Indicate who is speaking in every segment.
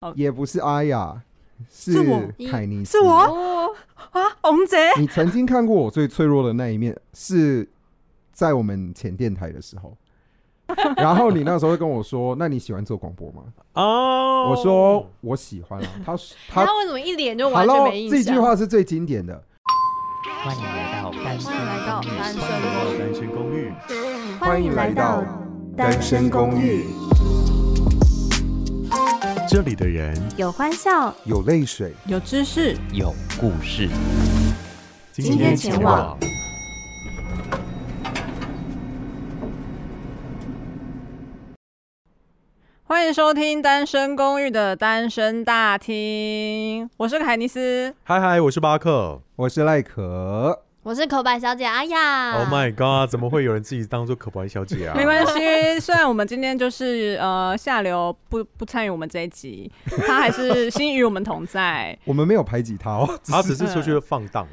Speaker 1: 哦
Speaker 2: 也不是阿雅，是
Speaker 1: 是我
Speaker 2: 凯尼斯
Speaker 1: 是我
Speaker 3: 哦，
Speaker 1: 啊，红贼
Speaker 2: 你曾经看过我最脆弱的那一面，是在我们前电台的时 候。然后你那时候跟我说：“那你喜欢做广播吗？”
Speaker 4: 哦，
Speaker 2: 我说：“我喜欢啊。” 他他
Speaker 3: 他为什么一脸就完全
Speaker 2: Hello，
Speaker 3: 没印象？
Speaker 2: 这句话是最经典的。
Speaker 5: 欢迎来到单身
Speaker 3: 欢迎来到单身
Speaker 4: 哦单身公寓，
Speaker 2: 欢迎来到
Speaker 5: 单身公寓，
Speaker 4: 这里的人
Speaker 5: 有欢笑，
Speaker 2: 有泪水，
Speaker 1: 有知识，
Speaker 5: 有故事。
Speaker 4: 今
Speaker 5: 天前
Speaker 4: 前
Speaker 5: 往。
Speaker 1: 欢迎收听《单身公寓》的单身大厅，我是凯尼斯。
Speaker 4: 嗨嗨，我是巴克。
Speaker 2: 我是赖可。
Speaker 3: 我是口白小姐阿雅。
Speaker 4: Oh my god，怎么会有人自己当做可白小姐啊？
Speaker 1: 啊没关系， 虽然我们今天就是呃下流不不参与我们这一集，他还是心与我们同在。
Speaker 2: 我们没有排挤他哦，
Speaker 4: 他只是出去放 荡，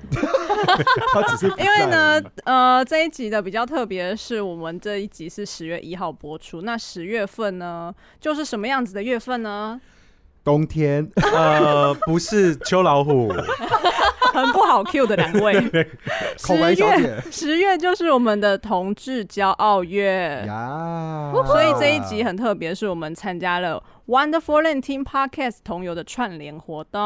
Speaker 4: 他只是
Speaker 1: 因为呢，呃，这一集的比较特别的是，我们这一集是十月一号播出。那十月份呢，就是什么样子的月份呢？
Speaker 2: 冬天
Speaker 4: 呃不是秋 老虎，
Speaker 1: 很不好 Q 的两位。十
Speaker 2: 口白小
Speaker 1: 月
Speaker 2: 姐，
Speaker 1: 十月就是我们的同志骄傲月。
Speaker 2: 呀，
Speaker 1: 所以这一集很特别，是我们参加了 Wonderful Land Team Podcast 同游的串联活动。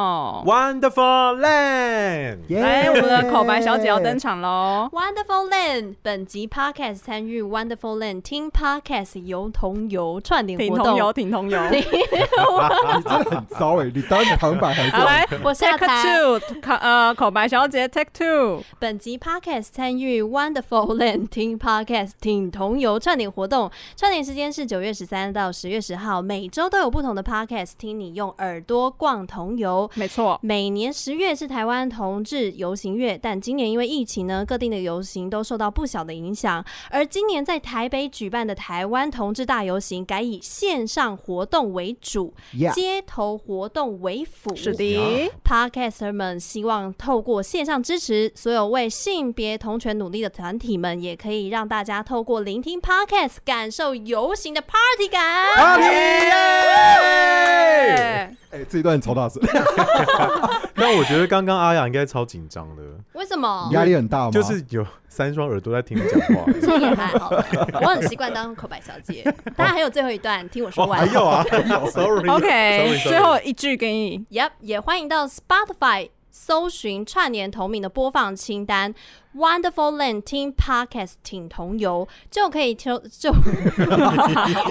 Speaker 4: Wonderful Land，
Speaker 2: 耶
Speaker 1: 来，我们的口白小姐要登场喽！
Speaker 3: Wonderful Land 本集 Podcast 参与 Wonderful Land 听 Podcast 游同游串联
Speaker 1: 挺
Speaker 3: 活
Speaker 1: 同游，
Speaker 3: 动。
Speaker 1: 挺同游。
Speaker 2: 你真的很 糟哎！你当旁白还是
Speaker 1: 好，来
Speaker 3: 我下
Speaker 1: ，Take
Speaker 3: 台。
Speaker 1: two，口呃，口白小姐 Take two。
Speaker 3: 本集 Podcast 参与 Wonderful Land 听 Podcast 挺同游串联活动，串联时间是九月十三到十月十号，每周都有不同的 Podcast 听你用耳朵逛同游。
Speaker 1: 没错，
Speaker 3: 每年十月是台湾同志游行月，但今年因为疫情呢，各地的游行都受到不小的影响。而今年在台北举办的台湾同志大游行，改以线上活动为主，
Speaker 2: 呀
Speaker 3: 街头活动为辅。
Speaker 1: 是的。
Speaker 3: Podcaster 们希望透过线上支持所有为性别同权努力的团体们，也可以让大家透过聆听 Podcast 感受游行的 Party 感。
Speaker 2: 阿耶！
Speaker 1: 对
Speaker 2: 哎，这一段超大声，
Speaker 1: 哦
Speaker 4: 那我觉得刚刚阿雅应该超紧张的，
Speaker 3: 为什么？
Speaker 2: 压力很大吗？
Speaker 4: 就是有三双耳朵在听你讲 话。
Speaker 3: 这也还好啦，我很习惯当口白小姐。当然还有最后一段，听我说
Speaker 4: 哦，
Speaker 3: 完。
Speaker 4: 还有啊，sorry，
Speaker 1: ，OK，
Speaker 4: sorry，sorry
Speaker 1: 最后一句给你。
Speaker 3: Yep，也欢迎到 Spotify 搜寻串联同名的播放清单，Wonderful Land 听 Podcast 挺同游，就可以听就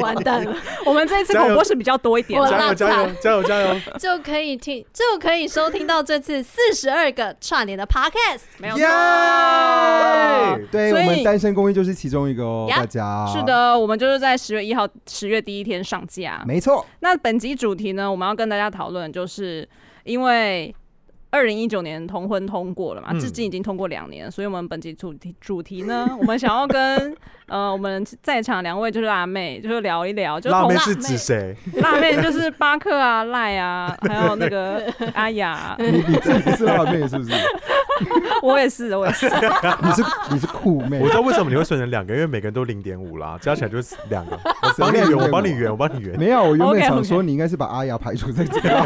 Speaker 3: 完蛋了，
Speaker 1: 我们这一次口播是比较多一点
Speaker 3: 我
Speaker 1: 的，
Speaker 4: 加
Speaker 3: 辣
Speaker 4: 油加油加油加油！
Speaker 3: 就可以听就可以收听到这次四十二个串联的 Podcast。
Speaker 1: 没有
Speaker 2: 耶
Speaker 1: 错。
Speaker 2: 对，
Speaker 1: 所
Speaker 2: 我
Speaker 1: 以
Speaker 2: 们单身公寓就是其中一个哦，
Speaker 3: 呀
Speaker 2: 大家
Speaker 1: 是，的，我们就是在十月一号、十月第一天上架。
Speaker 2: 没错，
Speaker 1: 那本集主题呢，我们要跟大家讨论，就是因为二零一九年同婚通过了嘛，
Speaker 4: 嗯
Speaker 1: 至今已经通过两年，所以我们本集主题主题呢， 我们想要跟呃我们在场两位就是辣妹，就是聊一聊， 就是
Speaker 4: 辣
Speaker 1: 同
Speaker 4: 妹
Speaker 1: 辣
Speaker 4: 是指谁？
Speaker 1: 辣妹就是巴克啊、赖啊，还有那个阿雅，
Speaker 2: 你你自己是辣妹是 不是？
Speaker 1: 我也是，我也是。
Speaker 2: 你是你是酷妹
Speaker 4: 我，知道为什么你会选成两个，因为每个人都零点五 啦，加起来就是两个。我帮你
Speaker 2: 谁
Speaker 4: 圆，
Speaker 2: 会
Speaker 4: 我帮你
Speaker 2: 我
Speaker 4: 圆，我帮你 圆。
Speaker 2: 没有，我原本
Speaker 1: OK，OK
Speaker 2: 想说你应该是把阿雅排除在这个，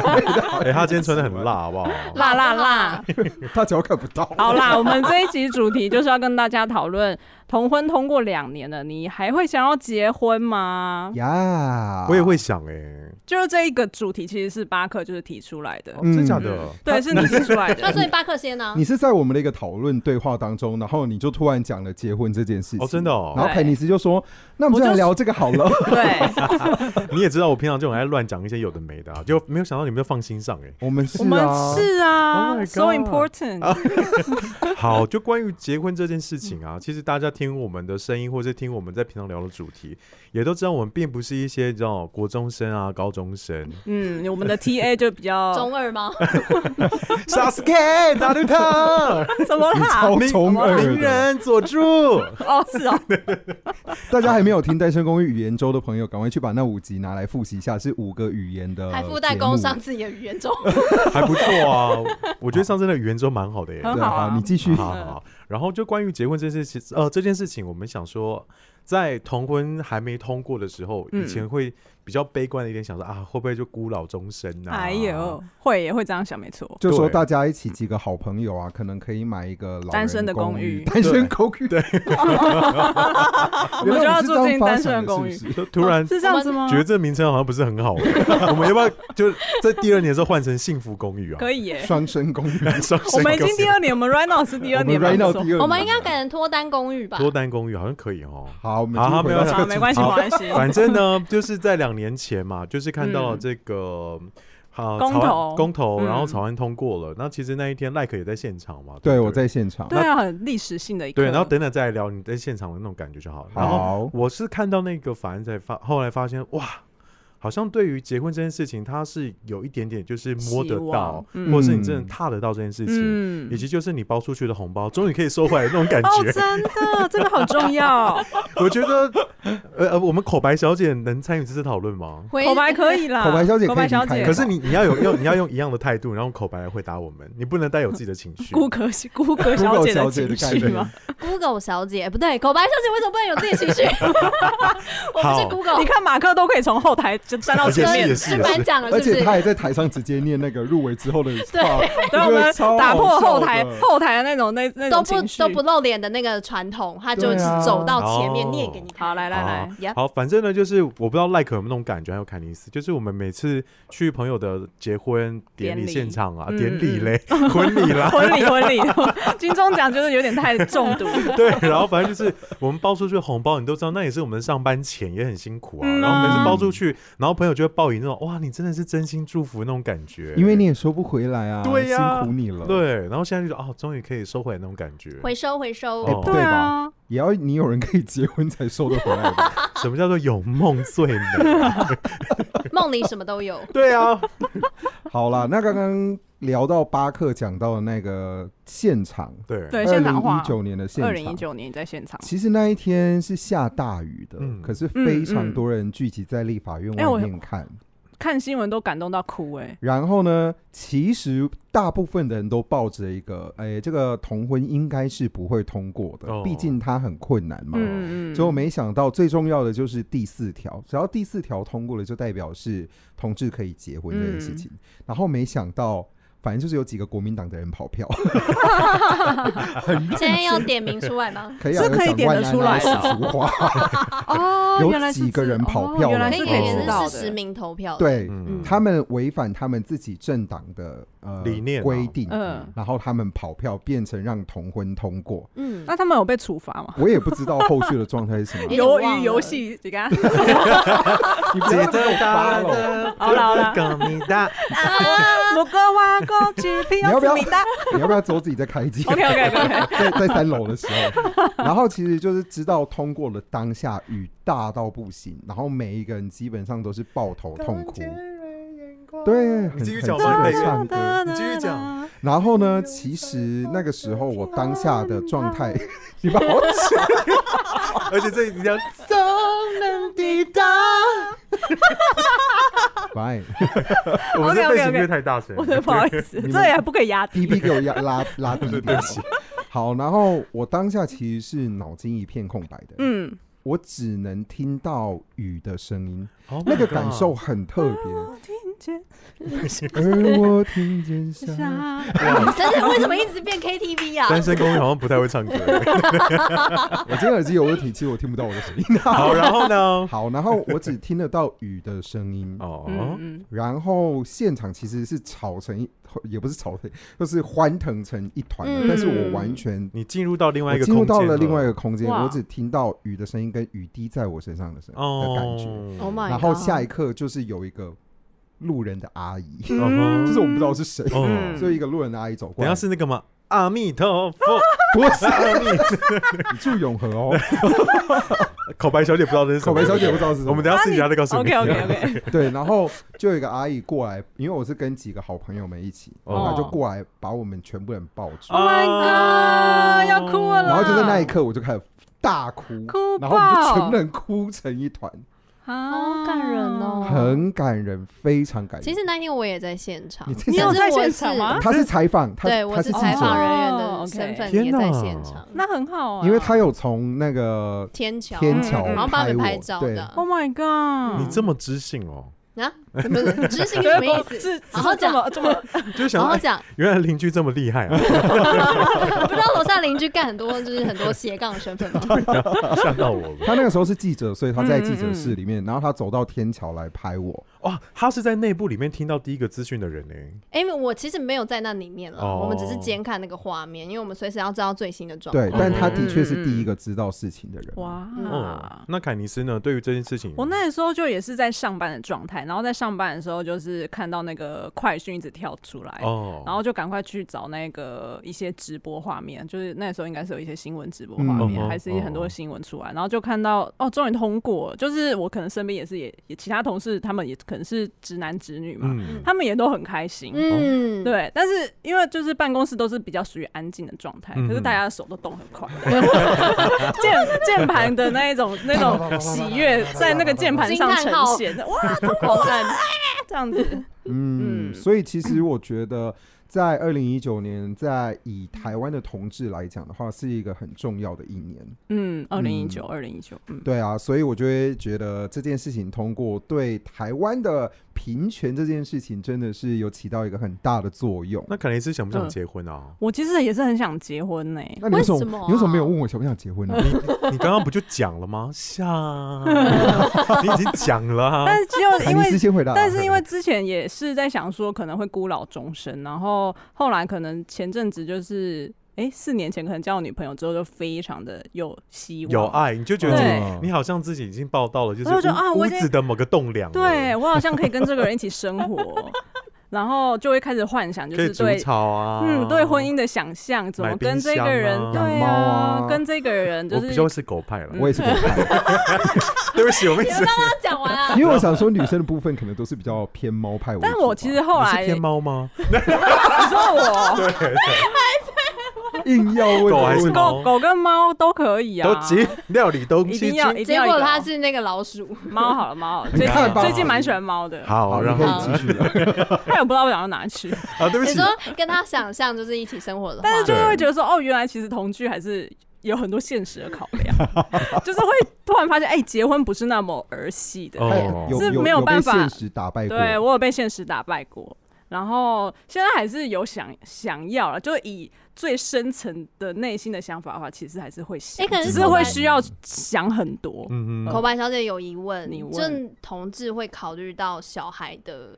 Speaker 4: 哎，他今天穿的很辣，好不好？
Speaker 1: 辣辣辣！
Speaker 2: 他脚看不到。
Speaker 1: 好啦，我们这一集主题就是要跟大家讨论同婚通过两年了，你还会想要结婚吗？
Speaker 2: 呀，
Speaker 4: 我也会想哎，
Speaker 1: 就是这一个主题其实是巴克就是提出来的，
Speaker 4: 哦真假
Speaker 2: 嗯
Speaker 4: 的？
Speaker 1: 对，是你提出来
Speaker 3: 那
Speaker 1: 的。
Speaker 3: 所以巴克先呢？
Speaker 2: 你是在我们的一个讨论对话当中，然后你就突然讲了结婚这件事情，
Speaker 4: 哦，真的。哦
Speaker 2: 然。后凯尼斯就说：“那我们
Speaker 1: 我
Speaker 2: 就
Speaker 1: 就
Speaker 2: 来
Speaker 1: 是
Speaker 2: 聊这个好 了。
Speaker 1: 对，
Speaker 4: 你也知道我平常就很爱乱讲一些有的没的，啊，就没有想到你们都放心上 哎”。
Speaker 2: 我们是
Speaker 1: 我们
Speaker 2: 啊，
Speaker 1: 是
Speaker 4: Oh my
Speaker 1: 啊
Speaker 4: God 啊
Speaker 1: ，so important。
Speaker 4: 好，就关于结婚这件事情啊，其实大家听我们的声音，或是听我们在平常聊的主题，也都知道我们并不是一些这种国中生啊、高中生。
Speaker 1: 嗯，我们的 TA 就比较
Speaker 3: 中二吗？
Speaker 4: Sasuke 大绿汤，
Speaker 1: 怎么啦？
Speaker 4: 哦
Speaker 2: 超中二
Speaker 4: 名
Speaker 2: 的。
Speaker 4: 人佐 助。
Speaker 1: 哦，是 哦，
Speaker 2: 大家还没有听《单身公寓语言周》的朋友，赶快去把那五集拿来复习一下，是五个语言的，
Speaker 3: 还附带工伤，自己的语言中，
Speaker 4: 还不错啊，我觉得上次那个圆周蛮好的耶。
Speaker 1: 很
Speaker 2: 对
Speaker 1: 好
Speaker 2: 啊，
Speaker 1: 啊
Speaker 2: 好你继续。
Speaker 4: 好好好，然后就关于结婚这件事情，呃，这件事情我们想说，在同婚还没通过的时候，
Speaker 1: 嗯
Speaker 4: 以前会比较悲观的一点，想说啊，会不会就孤老终生啊？
Speaker 1: 哎呦，，会也会这样想，没错。
Speaker 2: 就说
Speaker 4: 对
Speaker 2: 大家一起几个好朋友啊，可能可以买一个老
Speaker 1: 单
Speaker 2: 人
Speaker 1: 身的公
Speaker 2: 公
Speaker 1: 寓
Speaker 2: 单身公寓。对，我
Speaker 1: 们就要住进单身的公寓
Speaker 2: 是
Speaker 4: 就突然
Speaker 1: 是这样子吗？
Speaker 4: 觉得这名称好像不是很 好，我们要不要就在第二年的时候换成幸福公寓啊？
Speaker 1: 可以
Speaker 2: 不
Speaker 1: 耶
Speaker 2: 是，双生公 寓。
Speaker 4: 双
Speaker 1: 我
Speaker 4: 生
Speaker 1: 们已经
Speaker 4: 公寓
Speaker 1: 第二年，我们 right now 是第二
Speaker 2: 我们
Speaker 1: 年吧
Speaker 2: right now 第
Speaker 1: 没错
Speaker 2: 二年，啊
Speaker 3: 我们应该改成脱单公寓吧？
Speaker 4: 多单公寓好像可以哦。
Speaker 2: 好，我们
Speaker 4: 好，没有
Speaker 2: 有。
Speaker 1: 好没关系，没
Speaker 4: 好
Speaker 1: 关系。
Speaker 4: 反正呢，就是在两年前嘛，就是看到这个。
Speaker 1: 嗯
Speaker 4: 啊，
Speaker 1: 公
Speaker 4: 草案
Speaker 1: 投
Speaker 4: 公投，然后
Speaker 1: 嗯
Speaker 4: 草案通过了。那其实那一天赖可也在现场嘛。
Speaker 2: 对，
Speaker 4: 不
Speaker 2: 我在现场。
Speaker 1: 对啊，很历史性的一刻。
Speaker 4: 对，然后等等再来聊你在现场的那种感觉就好了。然后
Speaker 2: 好，
Speaker 4: 我是看到那个法案才发，后来发现哇，好像对于结婚这件事情，它是有一点点就是摸
Speaker 1: 希
Speaker 4: 得
Speaker 1: 望
Speaker 4: 到，
Speaker 1: 嗯
Speaker 4: 或者是你真的踏得到这件事情，
Speaker 1: 嗯
Speaker 4: 以及就是你包出去的红包终于可以收回来的那种感
Speaker 1: 哦，
Speaker 4: 觉。
Speaker 1: 真的，这个好重要。
Speaker 4: 我觉得，呃呃，我们口白小姐能参与这次讨论吗？
Speaker 3: 回
Speaker 1: 口白可以啦，
Speaker 2: 口白小姐可以
Speaker 1: 口白小
Speaker 2: 离
Speaker 1: 姐，
Speaker 2: 开
Speaker 4: 可是你你要有用你要用一样的态度，然后用口白来回答我们，你不能带有自己的情 绪。
Speaker 1: 顾客顾客小姐
Speaker 2: 小姐
Speaker 1: 情
Speaker 2: 的概
Speaker 1: 绪
Speaker 2: 念
Speaker 1: 吗？
Speaker 3: Google 小姐不对，口白小姐为什么不能有自己情绪？ 我们是
Speaker 4: 好
Speaker 3: Google，
Speaker 1: 你看马克都可以从后台就站到前面
Speaker 4: 也是也，是
Speaker 3: 是颁奖了，
Speaker 2: 而
Speaker 3: 是不
Speaker 2: 且
Speaker 3: 是
Speaker 2: 他？还在台上直接念那个入围之后的话，
Speaker 1: 对，我
Speaker 2: 我觉得
Speaker 1: 们
Speaker 2: 超
Speaker 1: 打破
Speaker 2: 好笑
Speaker 1: 后台
Speaker 2: 的
Speaker 1: 后台的那种那那种
Speaker 3: 都不
Speaker 1: 情绪
Speaker 3: 都不露脸的那个传统，他就
Speaker 2: 对啊
Speaker 3: 是走到前面
Speaker 4: 哦
Speaker 3: 念给你看。
Speaker 1: 好，来来来，
Speaker 3: Yep
Speaker 4: 好，反正呢，就是我不知道赖可有没有那种感觉，还有凯尼斯，就是我们每次去朋友的结婚典
Speaker 1: 典
Speaker 4: 礼
Speaker 1: 礼
Speaker 4: 现场啊，
Speaker 1: 嗯
Speaker 4: 典礼嘞，婚礼啦，
Speaker 1: 婚礼婚礼， 金钟奖就是有点太中 毒。
Speaker 4: 对，然后反正就是我们包出去的红包，你都知道，那也是我们上班前也很辛苦啊。
Speaker 1: 嗯啊
Speaker 4: 然后每次包出去，然后朋友就会报以那种哇，你真的是真心祝福那种感觉，
Speaker 2: 因为你也收不回来啊，
Speaker 4: 对呀
Speaker 2: 辛苦你了，，
Speaker 4: 对，然后现在就觉得哦，终于可以收回来那种感觉。
Speaker 3: 回收回收，
Speaker 4: 哦
Speaker 2: 对吧？
Speaker 1: 啊，
Speaker 2: 也要你有人可以结婚才收得回来 吧？
Speaker 4: 什么叫做有梦最美？
Speaker 3: 梦里什么 都有。
Speaker 4: 对啊，
Speaker 2: 好啦，那刚刚聊到巴克讲到的那个现场，
Speaker 4: 对
Speaker 1: 对
Speaker 2: 二
Speaker 1: 现
Speaker 2: 零
Speaker 1: 场化
Speaker 2: 一九年的现
Speaker 1: 二零一
Speaker 2: 场。
Speaker 1: 九年在现场，
Speaker 2: 其实那一天是下大雨的，
Speaker 4: 嗯
Speaker 2: 可是非
Speaker 1: 嗯
Speaker 2: 常
Speaker 1: 嗯
Speaker 2: 多人聚集在立法院
Speaker 1: 哎我
Speaker 2: 外面看。
Speaker 1: 看新闻都感动到哭哎、
Speaker 2: 然后呢，其实大部分的人都抱着一个，哎，这个同婚应该是不会通过的，
Speaker 4: 哦
Speaker 2: 毕竟它很困难嘛。
Speaker 1: 嗯嗯，
Speaker 2: 结果没想到，最重要的就是第四条，只要第四条通过了，就代表是同志可以结婚这件
Speaker 1: 嗯
Speaker 2: 事情。然后没想到，反正就是有几个国民党的人跑 票，
Speaker 3: 现在要点名出来吗？
Speaker 2: 可以、啊、
Speaker 1: 是可以
Speaker 2: 有讲万安啊
Speaker 1: 点得出来的
Speaker 2: 有史书华
Speaker 1: 哦，
Speaker 2: 有
Speaker 1: 原来是
Speaker 2: 几个
Speaker 1: 这
Speaker 2: 人跑
Speaker 1: 哦
Speaker 2: 票
Speaker 1: 原
Speaker 2: 了
Speaker 1: 来
Speaker 3: 可以
Speaker 1: 是
Speaker 2: 哦
Speaker 1: 可以
Speaker 3: 也
Speaker 1: 知道
Speaker 3: 是
Speaker 1: 的，
Speaker 3: 四十名投票。，
Speaker 2: 对、
Speaker 4: 嗯
Speaker 2: 他们违反他们自己政党的呃
Speaker 4: 理念啊
Speaker 2: 规定，
Speaker 1: 嗯
Speaker 2: 然后他们跑票变成让同婚通过。
Speaker 3: 嗯，
Speaker 1: 那他们有被处罚吗？
Speaker 2: 我也不知道后续的状态是什么
Speaker 3: 有，点
Speaker 1: 鱿
Speaker 3: 忘了
Speaker 1: 鱼游戏，你 看，
Speaker 2: 你不 要再发了。
Speaker 1: 好了好了，
Speaker 4: 梗你 大，
Speaker 1: 不过挖过去，平
Speaker 2: 你要不要
Speaker 1: 的。
Speaker 2: 你要不要走自己再开 机？
Speaker 1: OK OK OK，
Speaker 2: 在在三楼的时候，然后其实就是知道通过了当下雨大到不行，然后每一个人基本上都是抱头痛哭。对，
Speaker 4: 你继续
Speaker 2: 很
Speaker 4: 讲
Speaker 2: 很
Speaker 4: 我
Speaker 2: 值
Speaker 4: 们
Speaker 2: 得
Speaker 4: 配乐
Speaker 2: 唱歌。
Speaker 4: 你继续 讲。
Speaker 2: 然后呢，其实那个时候我当下的状态，你把我
Speaker 4: 而且这一定要
Speaker 2: 总能抵达。喂，
Speaker 4: 我们这
Speaker 1: OK，OK，OK
Speaker 4: 背景音乐太大声了，
Speaker 1: 我真的不好意思，
Speaker 2: 你们
Speaker 1: 这也不可以压
Speaker 2: 低
Speaker 1: 低。
Speaker 2: B 给我压拉拉低一
Speaker 4: 对
Speaker 2: 点
Speaker 4: 不。起，
Speaker 2: 好，然后我当下其实是脑筋一片空白的，
Speaker 1: 嗯，
Speaker 2: 我只能听到雨的声音，
Speaker 4: Oh my
Speaker 2: 那个感
Speaker 4: God
Speaker 2: 受很特别。
Speaker 1: 听见
Speaker 2: 而我听见
Speaker 1: 嗯
Speaker 2: 下，
Speaker 1: 下
Speaker 2: 啊
Speaker 3: 真的为什么一直变 KTV 呀？
Speaker 4: 单身公寓好像不太会唱歌。
Speaker 2: 我今天耳机有问题，其实我听不到我的声音。
Speaker 4: 好，然后呢？
Speaker 2: 好，然后我只听得到雨的声音，
Speaker 4: 哦，
Speaker 1: 嗯
Speaker 2: 然后现场其实是吵成一，也不是吵成，就是欢腾成一团的
Speaker 3: 嗯。
Speaker 2: 但是我完全，
Speaker 4: 你进入到另外
Speaker 2: 我
Speaker 4: 一个啊
Speaker 2: 进
Speaker 4: 空
Speaker 2: 入
Speaker 4: 间，
Speaker 2: 到了另外一个空间，
Speaker 1: 哇
Speaker 2: 我只听到雨的声音跟雨滴在我身上的声的感觉。
Speaker 4: 哦
Speaker 3: Oh my
Speaker 2: 然后下一刻就是有一个路人的阿姨，
Speaker 1: 嗯
Speaker 4: 嗯
Speaker 2: 就
Speaker 1: 嗯，
Speaker 2: 是我不知道是谁，
Speaker 4: 哦，
Speaker 2: 所以一个路人的阿姨走过
Speaker 4: 等一
Speaker 2: 来
Speaker 4: 下，是那个吗？阿弥陀佛，
Speaker 2: 不 是阿姨，你住永和哦，
Speaker 4: 口白小姐不知道这是什
Speaker 2: 口
Speaker 4: 么
Speaker 2: 白小姐不知道是什么。
Speaker 4: 我们等一下私底下再告诉你。
Speaker 1: OK OK OK，
Speaker 2: 对，然后就有一个阿姨过来，因为我是跟几个好朋友们一起，
Speaker 4: 哦
Speaker 2: 然后她就过来把我们全部人抱住，
Speaker 4: 哦
Speaker 1: Oh my god，要哭了
Speaker 2: 然后就在那一刻我就开始大哭，
Speaker 1: 哭
Speaker 2: 然后我们就
Speaker 1: 爆
Speaker 2: 全部人哭成一团，
Speaker 1: 啊
Speaker 3: 好感人哦
Speaker 2: 很感人，非常感人。
Speaker 3: 其实那天我也在现场，
Speaker 2: 你在
Speaker 1: 你有
Speaker 3: 可是
Speaker 1: 在
Speaker 3: 我
Speaker 1: 现
Speaker 3: 是
Speaker 1: 场吗
Speaker 2: 他是采访，他
Speaker 3: 对，
Speaker 2: 他
Speaker 3: 我
Speaker 2: 是记
Speaker 3: 采访
Speaker 2: 者，
Speaker 3: 人员
Speaker 1: 哦
Speaker 3: 的
Speaker 1: ，OK
Speaker 3: 身份
Speaker 4: 天
Speaker 3: 也在
Speaker 4: 哪
Speaker 3: 现场，
Speaker 1: 那很好啊，
Speaker 2: 因为他有从那个
Speaker 3: 天桥
Speaker 2: 天
Speaker 1: 桥
Speaker 2: 桥
Speaker 1: 嗯嗯嗯
Speaker 3: 然后帮我们拍
Speaker 2: 我
Speaker 3: 照
Speaker 2: 对
Speaker 3: 的
Speaker 1: Oh my God，
Speaker 4: 你这么知性哦，
Speaker 3: 啊？怎么知性是什么意思？
Speaker 1: 是
Speaker 3: 好好
Speaker 1: 这
Speaker 3: 讲
Speaker 1: 么这么
Speaker 4: 就 想
Speaker 1: 啊
Speaker 3: 然后
Speaker 4: 哎
Speaker 3: 讲，
Speaker 4: 原来邻居这么厉害 啊，
Speaker 3: 不知道楼下邻居干很多，就是很多斜杠的身份吗？
Speaker 4: 吓到我了。
Speaker 2: 他那个时候是记者，所以他在
Speaker 1: 嗯嗯
Speaker 2: 记者室里面，然后他走到天桥来拍我。
Speaker 4: 哇，他是在内部里面听到第一个资讯的人呢、
Speaker 3: 哎、我其实没有在那里面了，
Speaker 4: 哦
Speaker 3: 我们只是监看那个画面，因为我们随时要知道最新的状况。
Speaker 2: 对，但他的确
Speaker 1: 嗯嗯
Speaker 2: 是
Speaker 1: 嗯
Speaker 2: 第一个知道事情的人。
Speaker 1: 哇。
Speaker 4: 哦，那凯尼斯呢？对于这件事情，
Speaker 1: 啊我那时候就也是在上班的状态，然后在上班的时候就是看到那个快讯一直跳出来，
Speaker 4: 哦，
Speaker 1: 然后就赶快去找那个一些直播画面，就是那时候应该是有一些新闻直播
Speaker 2: 嗯
Speaker 1: 画
Speaker 2: 哦
Speaker 1: 面，
Speaker 4: 吼
Speaker 1: 还是很多新闻出来，然后就看到哦，终于通过了，就是我可能身边也是也也其他同事，他们也可能是直男直女嘛，
Speaker 4: 嗯
Speaker 1: 他们也都很开心。
Speaker 3: 嗯，
Speaker 1: 对，哦但是因为就是办公室都是比较属于安静的状态，
Speaker 4: 嗯
Speaker 1: 可是大家的手都动很快，键键盘的那一种那种喜悦在那个键盘上呈现，哇，通过
Speaker 3: 啊
Speaker 1: 了，这样子，
Speaker 2: 嗯，
Speaker 1: 嗯
Speaker 2: 所以其实我觉得，在二零一九年，在以台湾的同志来讲的话，是一个很重要的一年。
Speaker 1: 嗯，二零一九，二零一九，嗯，
Speaker 2: 对啊，所以我就会觉得这件事情通过对台湾的平权这件事情，真的是有起到一个很大的作用。
Speaker 4: 那凯尼斯想不想
Speaker 1: 嗯
Speaker 4: 结婚啊？
Speaker 1: 我其实也是很想结婚呢、
Speaker 2: 那你为什么
Speaker 3: 为什么啊
Speaker 2: 你为什么没有问我想不想结婚 呢？
Speaker 4: 你刚刚不就讲了吗？想，你已经讲了啊、
Speaker 1: 但是就
Speaker 2: 海
Speaker 1: 因
Speaker 2: 尼
Speaker 1: 为
Speaker 2: 斯先回答。
Speaker 1: 但是因为之前也是在想说可能会孤老终生，然后后来可能前阵子就是，哎、四年前可能交了女朋友之后就非常的有希望，
Speaker 4: 有爱，你就觉得
Speaker 1: 对
Speaker 2: 啊
Speaker 4: 自己你好像自己已经报到了，就是
Speaker 1: 我就觉得啊
Speaker 4: 屋
Speaker 1: 我
Speaker 4: 屋
Speaker 1: 已经
Speaker 4: 子的某个栋梁了，
Speaker 1: 对我好像可以跟这个人一起生 活，然后就会开始幻想，就
Speaker 4: 可以
Speaker 1: 是
Speaker 4: 煮
Speaker 1: 对。
Speaker 4: 草啊，
Speaker 1: 嗯，对婚。姻的想象，怎么
Speaker 4: 买
Speaker 1: 跟
Speaker 4: 冰
Speaker 1: 这个
Speaker 4: 箱
Speaker 1: 人，
Speaker 4: 啊
Speaker 2: 养
Speaker 1: 对
Speaker 2: 猫啊
Speaker 1: 跟这个人就
Speaker 4: 我
Speaker 1: 是嗯
Speaker 4: 比较是狗派了，
Speaker 2: 我也是不看，
Speaker 4: 对不 起，我们一直
Speaker 3: 他讲完啊，
Speaker 2: 因为我想说女生的部分可能都是比较偏猫派为主吧。
Speaker 1: 但我其实后
Speaker 4: 你
Speaker 1: 来，
Speaker 4: 是天
Speaker 1: 你
Speaker 4: 猫吗？
Speaker 1: 说 我
Speaker 2: 硬要问
Speaker 4: 狗还是
Speaker 2: 问
Speaker 1: 狗狗跟猫都可以啊，
Speaker 4: 都急料理东
Speaker 1: 一
Speaker 4: 西
Speaker 1: 定要
Speaker 4: 去，
Speaker 1: 一定
Speaker 3: 结
Speaker 1: 要一
Speaker 3: 果
Speaker 1: 个
Speaker 3: 他
Speaker 1: 哦
Speaker 3: 是那个老鼠，
Speaker 1: 猫好了，猫好了，
Speaker 2: 你
Speaker 1: 最
Speaker 2: 看
Speaker 1: 近
Speaker 2: 吧
Speaker 1: 最近蛮喜欢猫的，
Speaker 4: 好，
Speaker 2: 好，
Speaker 4: 然
Speaker 2: 你
Speaker 4: 后
Speaker 2: 可
Speaker 3: 呢
Speaker 2: 以继续啊了。
Speaker 1: 但我不知道我想要哪 去，
Speaker 4: 啊，对不
Speaker 3: 你
Speaker 4: 起
Speaker 3: 说，跟他想象就是一起生活的话，
Speaker 1: 但是就
Speaker 4: 对
Speaker 1: 会觉得说，哦，原来其实同居还是有很多现实的考量， 就是会突然发现，哎、结婚不是那么儿戏 的，
Speaker 2: 哎
Speaker 4: 哦
Speaker 2: 有
Speaker 1: 是
Speaker 2: 有
Speaker 1: 没有
Speaker 2: 有被
Speaker 1: 办法
Speaker 2: 现实打败过。
Speaker 1: 对我有被现实打败过，然后现在还是有想想要了，就以最深层的内心的想法的话，其实还是会想，
Speaker 3: 哎可是
Speaker 1: 只是
Speaker 3: 后
Speaker 1: 会
Speaker 3: 来
Speaker 1: 需要想很多。
Speaker 4: 嗯
Speaker 3: 口
Speaker 4: 嗯，
Speaker 3: 白小姐有疑问，
Speaker 1: 你问
Speaker 3: 就是同志会考虑到小孩的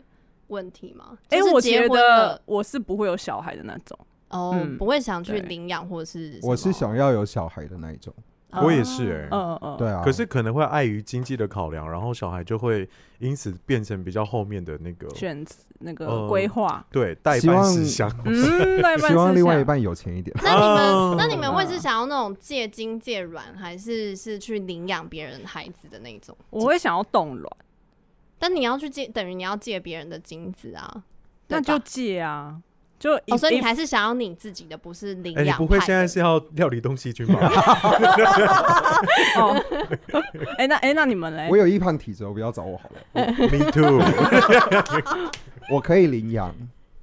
Speaker 3: 问题吗？
Speaker 1: 哎、
Speaker 3: 就是
Speaker 1: 我
Speaker 3: 结
Speaker 1: 觉
Speaker 3: 婚了
Speaker 1: 得我是不会有小孩的那种，
Speaker 3: 哦，
Speaker 1: 嗯
Speaker 3: 不会想去
Speaker 1: 对
Speaker 3: 领养或者是什么
Speaker 2: 我是，想要有小孩的那一种。
Speaker 4: 我也是哎，
Speaker 1: 嗯嗯，
Speaker 2: 对啊，
Speaker 4: 可是可能会碍于经济的考量，然后小孩就会因此变成比较后面的那个
Speaker 1: 嗯选择那个
Speaker 4: 呃
Speaker 1: 规划，
Speaker 4: 对代
Speaker 2: 希望
Speaker 4: 办事项。
Speaker 1: 嗯，对，
Speaker 2: 希望另外一
Speaker 1: 半。
Speaker 2: 半有钱一点。
Speaker 3: 那你
Speaker 4: 哦
Speaker 3: 们，那你们会是想要那种借精借卵，还是是去领养别人孩子的那种？
Speaker 1: 我会想要冻卵，
Speaker 3: 但你要去借，等于你要借别人的精子啊，
Speaker 1: 那
Speaker 3: 对
Speaker 1: 就
Speaker 3: 吧
Speaker 1: 借啊，就
Speaker 3: 哦，
Speaker 1: 一
Speaker 3: 所以你
Speaker 1: 一
Speaker 3: 还是想要你自己的，不是领
Speaker 4: 哎，你
Speaker 3: 养派
Speaker 4: 不
Speaker 3: 的。
Speaker 4: 会现在是要料理东西去 吗？
Speaker 1: 哦，哎、那哎、那你们嘞
Speaker 2: 我？有一胖体质，我不要找我好了。
Speaker 4: Me too。
Speaker 2: 我可以领养，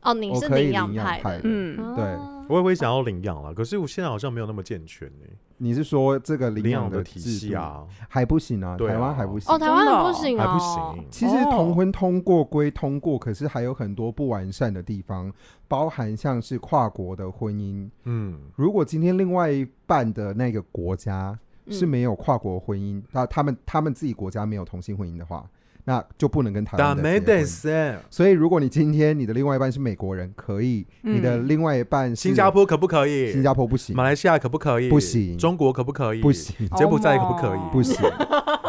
Speaker 3: 哦，你
Speaker 2: 我
Speaker 3: 是
Speaker 2: 可以
Speaker 3: 养
Speaker 2: 领养
Speaker 3: 的
Speaker 2: 派，的。
Speaker 1: 嗯，
Speaker 3: 哦
Speaker 2: 对
Speaker 4: 我也会想要领养了，可是我现在好像没有那么健全呢、
Speaker 2: 你是说这个领
Speaker 4: 领养
Speaker 2: 的
Speaker 4: 体
Speaker 2: 制
Speaker 4: 系
Speaker 2: 度
Speaker 4: 啊，
Speaker 2: 还不行啊？
Speaker 4: 对啊
Speaker 2: 台湾还不行
Speaker 3: 哦，。台湾
Speaker 1: 真的
Speaker 3: 很
Speaker 1: 哦
Speaker 3: 不行
Speaker 4: 还不
Speaker 3: 哦，
Speaker 4: 行。
Speaker 2: 其实同婚通过归通过，可是还有很多不完善的地方，包含像是跨国的婚姻。
Speaker 4: 嗯，
Speaker 2: 如果今天另外一半的那个国家是没有跨国婚姻，那、他们他们自己国家没有同性婚姻的话，那就不能跟台
Speaker 4: 打
Speaker 2: 湾
Speaker 4: 没
Speaker 2: 的
Speaker 4: 得
Speaker 2: 结婚。
Speaker 4: 噻。
Speaker 2: 所以，如果你今天你的另外一半是美国人，可以；
Speaker 1: 嗯
Speaker 2: 你的另外一半是
Speaker 4: 新加、坡可不可以？
Speaker 2: 新加坡不行
Speaker 4: 马，来西亚可不可以？
Speaker 2: 不行
Speaker 4: 中国可不可以？
Speaker 2: 不。行，
Speaker 4: 柬埔寨可不可以
Speaker 1: 哦？
Speaker 2: 不 行，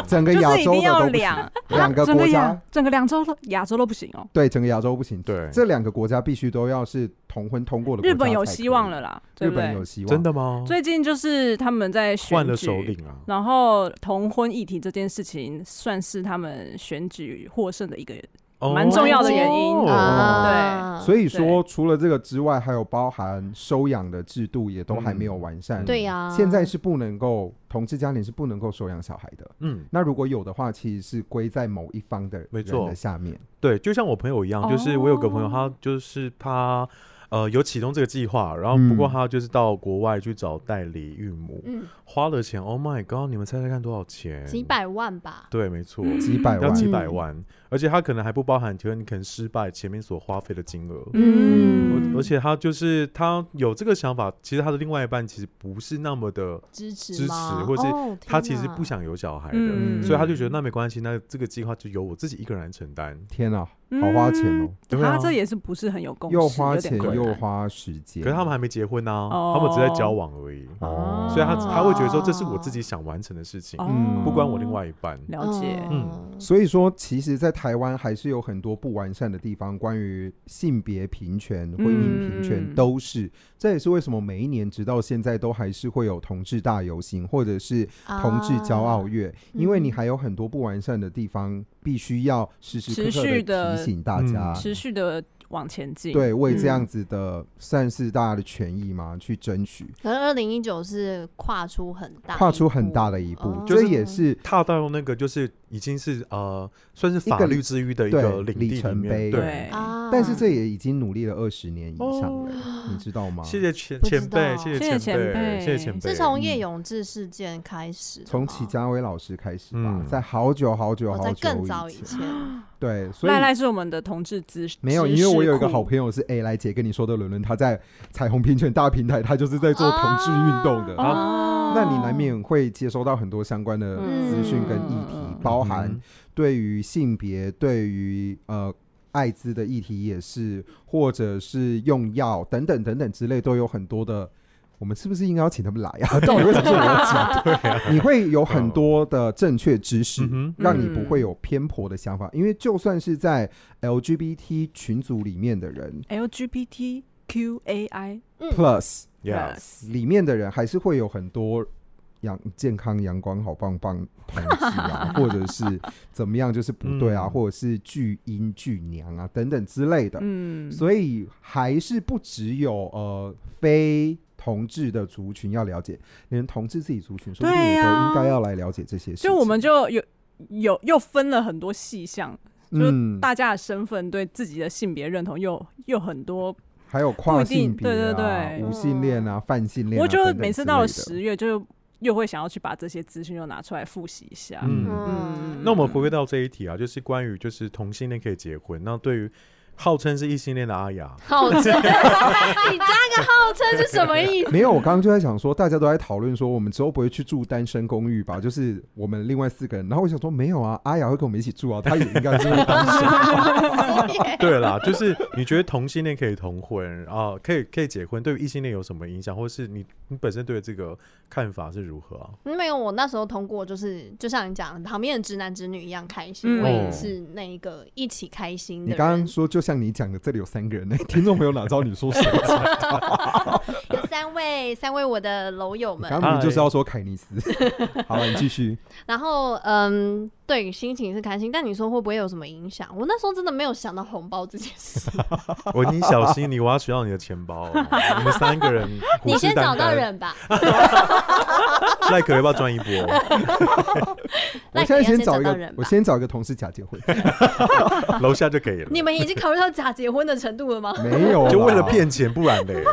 Speaker 2: 整个
Speaker 1: 就
Speaker 2: 亚
Speaker 1: 是一
Speaker 2: 洲
Speaker 1: 定
Speaker 2: 的
Speaker 1: 要
Speaker 2: 都不行
Speaker 1: 两，啊
Speaker 2: 两个
Speaker 1: 整
Speaker 2: 国
Speaker 1: 个
Speaker 2: 家
Speaker 1: 亚，整个两洲都亚洲都不行哦。
Speaker 2: 对，整个亚洲不行。
Speaker 4: 对
Speaker 2: 这两个国家必须都要是同婚通过的。
Speaker 1: 日本有希望了，啦，对
Speaker 2: 日
Speaker 1: 不对
Speaker 2: 本有希望，
Speaker 4: 真的吗？
Speaker 1: 最近就是他们在选举
Speaker 4: 换了首领啊！
Speaker 1: 然后同婚议题这件事情算是他们选举获胜的一个，
Speaker 4: 哦
Speaker 1: 蛮重要的原因
Speaker 4: 哦
Speaker 3: 啊，
Speaker 2: 所以说，除了这个之外，还有包含收养的制度也都还没有完
Speaker 1: 嗯
Speaker 2: 善。
Speaker 3: 对呀、
Speaker 2: 现在是不能够同志家庭是不能够收养小孩的。
Speaker 4: 嗯，
Speaker 2: 那如果有的话，其实是归在某一方的
Speaker 4: 没
Speaker 2: 人
Speaker 4: 错
Speaker 2: 的下面。
Speaker 4: 对，就像我朋友一样，就是我有个朋友，
Speaker 2: 哦
Speaker 4: 他就是他呃有启动这个计划，然后不过
Speaker 2: 嗯
Speaker 4: 他就是到国外去找代理孕母，
Speaker 3: 嗯，
Speaker 4: 花了钱，Oh my god！你们猜猜看多少钱？
Speaker 3: 几？百万吧，
Speaker 4: 对，没错，
Speaker 2: 几百
Speaker 4: 要
Speaker 2: 万，
Speaker 4: 几百万，而且他可能还不包含，就是你可能失败前面所花费的金额。
Speaker 1: 嗯
Speaker 4: 而且他就是他有这个想法，其实他的另外一半其实不是那么的，
Speaker 3: 支持
Speaker 4: 支持
Speaker 3: 吗
Speaker 4: 或是
Speaker 3: 哦
Speaker 4: 他其
Speaker 3: 天
Speaker 4: 实
Speaker 3: 哪
Speaker 4: 不想有小孩的，
Speaker 1: 嗯
Speaker 4: 所以他就觉得那没关系，那这个计划就由我自己一个人来承担。
Speaker 2: 天啊，
Speaker 1: 嗯
Speaker 2: 好花钱哦，
Speaker 4: 对啊
Speaker 1: 他这也是不是很有共识，
Speaker 2: 又花
Speaker 1: 有点
Speaker 2: 钱
Speaker 1: 困
Speaker 2: 又
Speaker 1: 难
Speaker 2: 花时间。
Speaker 4: 可是他们还没结婚呢、他们只在交往而已，
Speaker 2: 哦，
Speaker 4: 所以他他会觉得说这是我
Speaker 3: 哦
Speaker 4: 自己想完成的事情，
Speaker 1: 哦
Speaker 2: 嗯
Speaker 4: 不关我另外一半。
Speaker 1: 了解，
Speaker 4: 嗯
Speaker 2: 所以说，其实，在台湾还是有很多不完善的地方，关于性别平权、婚姻平
Speaker 1: 嗯
Speaker 2: 权都是。这也是为什么每一年直到现在都还是会有同志大游行，或者是
Speaker 3: 啊
Speaker 2: 同志骄傲月，因为你还有很多不完善的地方，必须要时时刻
Speaker 1: 持
Speaker 2: 刻
Speaker 1: 续
Speaker 2: 的
Speaker 1: 地
Speaker 2: 提醒大家，
Speaker 4: 嗯
Speaker 1: 持续的往前进。，
Speaker 2: 对为这样
Speaker 3: 嗯
Speaker 2: 子的算是大家的权益嘛去争取，
Speaker 3: 可是二零一九是跨出很大，
Speaker 2: 跨出很大的一步。
Speaker 3: 哦
Speaker 2: 这也是
Speaker 4: 踏到那个就是已经是呃，算是法
Speaker 2: 一个
Speaker 4: 律之于的一
Speaker 2: 对
Speaker 4: 个领
Speaker 2: 里
Speaker 4: 地里
Speaker 2: 程
Speaker 1: 嗯
Speaker 4: 面。
Speaker 2: 碑
Speaker 4: 对，
Speaker 3: 啊！
Speaker 2: 哎但是这也已经努力了二十年以上
Speaker 1: 哦
Speaker 2: 了，你知道吗？
Speaker 4: 谢谢前
Speaker 3: 不知
Speaker 4: 前辈，
Speaker 3: 道
Speaker 1: 谢
Speaker 4: 谢
Speaker 1: 谢前
Speaker 4: 辈，谢谢
Speaker 1: 辈
Speaker 4: 前辈。
Speaker 3: 是从叶永志事件开始的吗，
Speaker 2: 从祁家威老师开始吧，
Speaker 4: 嗯
Speaker 2: 在好久好久
Speaker 3: 我
Speaker 2: 好
Speaker 3: 哦在
Speaker 2: 久
Speaker 3: 更早
Speaker 2: 以
Speaker 3: 以
Speaker 2: 前，
Speaker 3: 前，
Speaker 2: 对，所以
Speaker 1: 赖赖是我们的同志知识，
Speaker 2: 没有，因为我有一个好
Speaker 1: 友，
Speaker 2: 朋友是 A 来姐跟你说的伦伦，她在彩虹平权大平台，她就是在做同志运动的，
Speaker 1: 哦哦
Speaker 2: 那你难免会接收到很多相关
Speaker 3: 嗯
Speaker 2: 的资讯跟议题，
Speaker 1: 嗯
Speaker 2: 包含
Speaker 4: 嗯
Speaker 2: 对于性别、对于呃艾滋的议题也是，或者是用药等等等等之类，都有很多的。我们是不是应该要请他们来啊？ 到底为什么是我要 讲？对，啊你会有很多的正确知识
Speaker 4: 啊嗯，哼
Speaker 2: 让你不会有偏颇的想法。因为就算是在 LGBT 群组里面的人
Speaker 1: LGBTQAI
Speaker 2: ，Plus
Speaker 4: ，Yeah，
Speaker 2: 里面的人还是会有很多阳健康、阳光、好棒棒同志啊，或者是怎么样，就是不对啊，
Speaker 4: 嗯
Speaker 2: 或者是巨婴、巨娘啊等等之类的。
Speaker 1: 嗯，
Speaker 2: 所以还是不只有呃非同志的族群要了解，连同志自己族群说不定
Speaker 1: 对
Speaker 2: 也都
Speaker 1: 啊
Speaker 2: 应该要来了解这些事情。
Speaker 1: 就我们就有有又分了很多细项，就
Speaker 2: 嗯，
Speaker 1: 大家的身份对自己的性别认同又又很多。
Speaker 2: 还有跨性别、啊、
Speaker 1: 不一定对对对
Speaker 2: 无性恋啊、泛性恋、啊，
Speaker 1: 我就
Speaker 2: 等等
Speaker 1: 每次到了
Speaker 2: 之类
Speaker 1: 十月，就又会想要去把这些资讯又拿出来复习一下。
Speaker 2: 的，嗯，
Speaker 3: 嗯，
Speaker 4: 那我们回归到这一题啊，就是关于就是同性恋可以结婚，那对于号称是异性恋的阿雅，
Speaker 3: 号称，你加个号称是什么意思？
Speaker 2: 没有，我刚刚就在想说，大家都在讨论说，我们之后不会去住单身公寓吧？就是我们另外四个人。然后我想说，没有啊，阿雅会跟我们一起住啊，她也应该是会单身。
Speaker 4: 对啦，就是你觉得同性恋可以同婚啊、可以可以结婚，对于异性恋有什么影响，或是你你本身对这个看法是如何啊？
Speaker 3: 没有，我那时候通过就是，就像你讲，旁边的直男直女一样开
Speaker 1: 嗯
Speaker 3: 心，我也
Speaker 4: 哦
Speaker 3: 是那一个一起开心
Speaker 2: 你
Speaker 3: 的
Speaker 2: 刚
Speaker 3: 人
Speaker 2: 刚。说，就像你讲的，这里有三个人，那听众朋友哪知道你说谁？
Speaker 3: 有三位，三位我的楼友们
Speaker 2: 刚，刚明明就是要说凯尼 斯。好了，你继续。
Speaker 3: 然后嗯，对，心情是开心，但你说会不会有什么影响？我那时候真的没有想到红包这件事。
Speaker 4: 我你小心你，我要取到你的钱包、哦。 你们三个人虎
Speaker 3: 你
Speaker 4: 视眈眈，
Speaker 3: 先找到人吧，
Speaker 4: 赖可要不要赚一 波？
Speaker 2: 我
Speaker 3: 那
Speaker 2: 现在
Speaker 3: 你要先
Speaker 2: 找一
Speaker 3: 找到
Speaker 2: 个
Speaker 3: 人，吧
Speaker 2: 我先找一个同事假结 婚，
Speaker 4: 楼下就可以了。
Speaker 3: 你们已经考虑到假结婚的程度了吗？
Speaker 2: 没有啦，
Speaker 4: 就为了骗钱，不然嘞，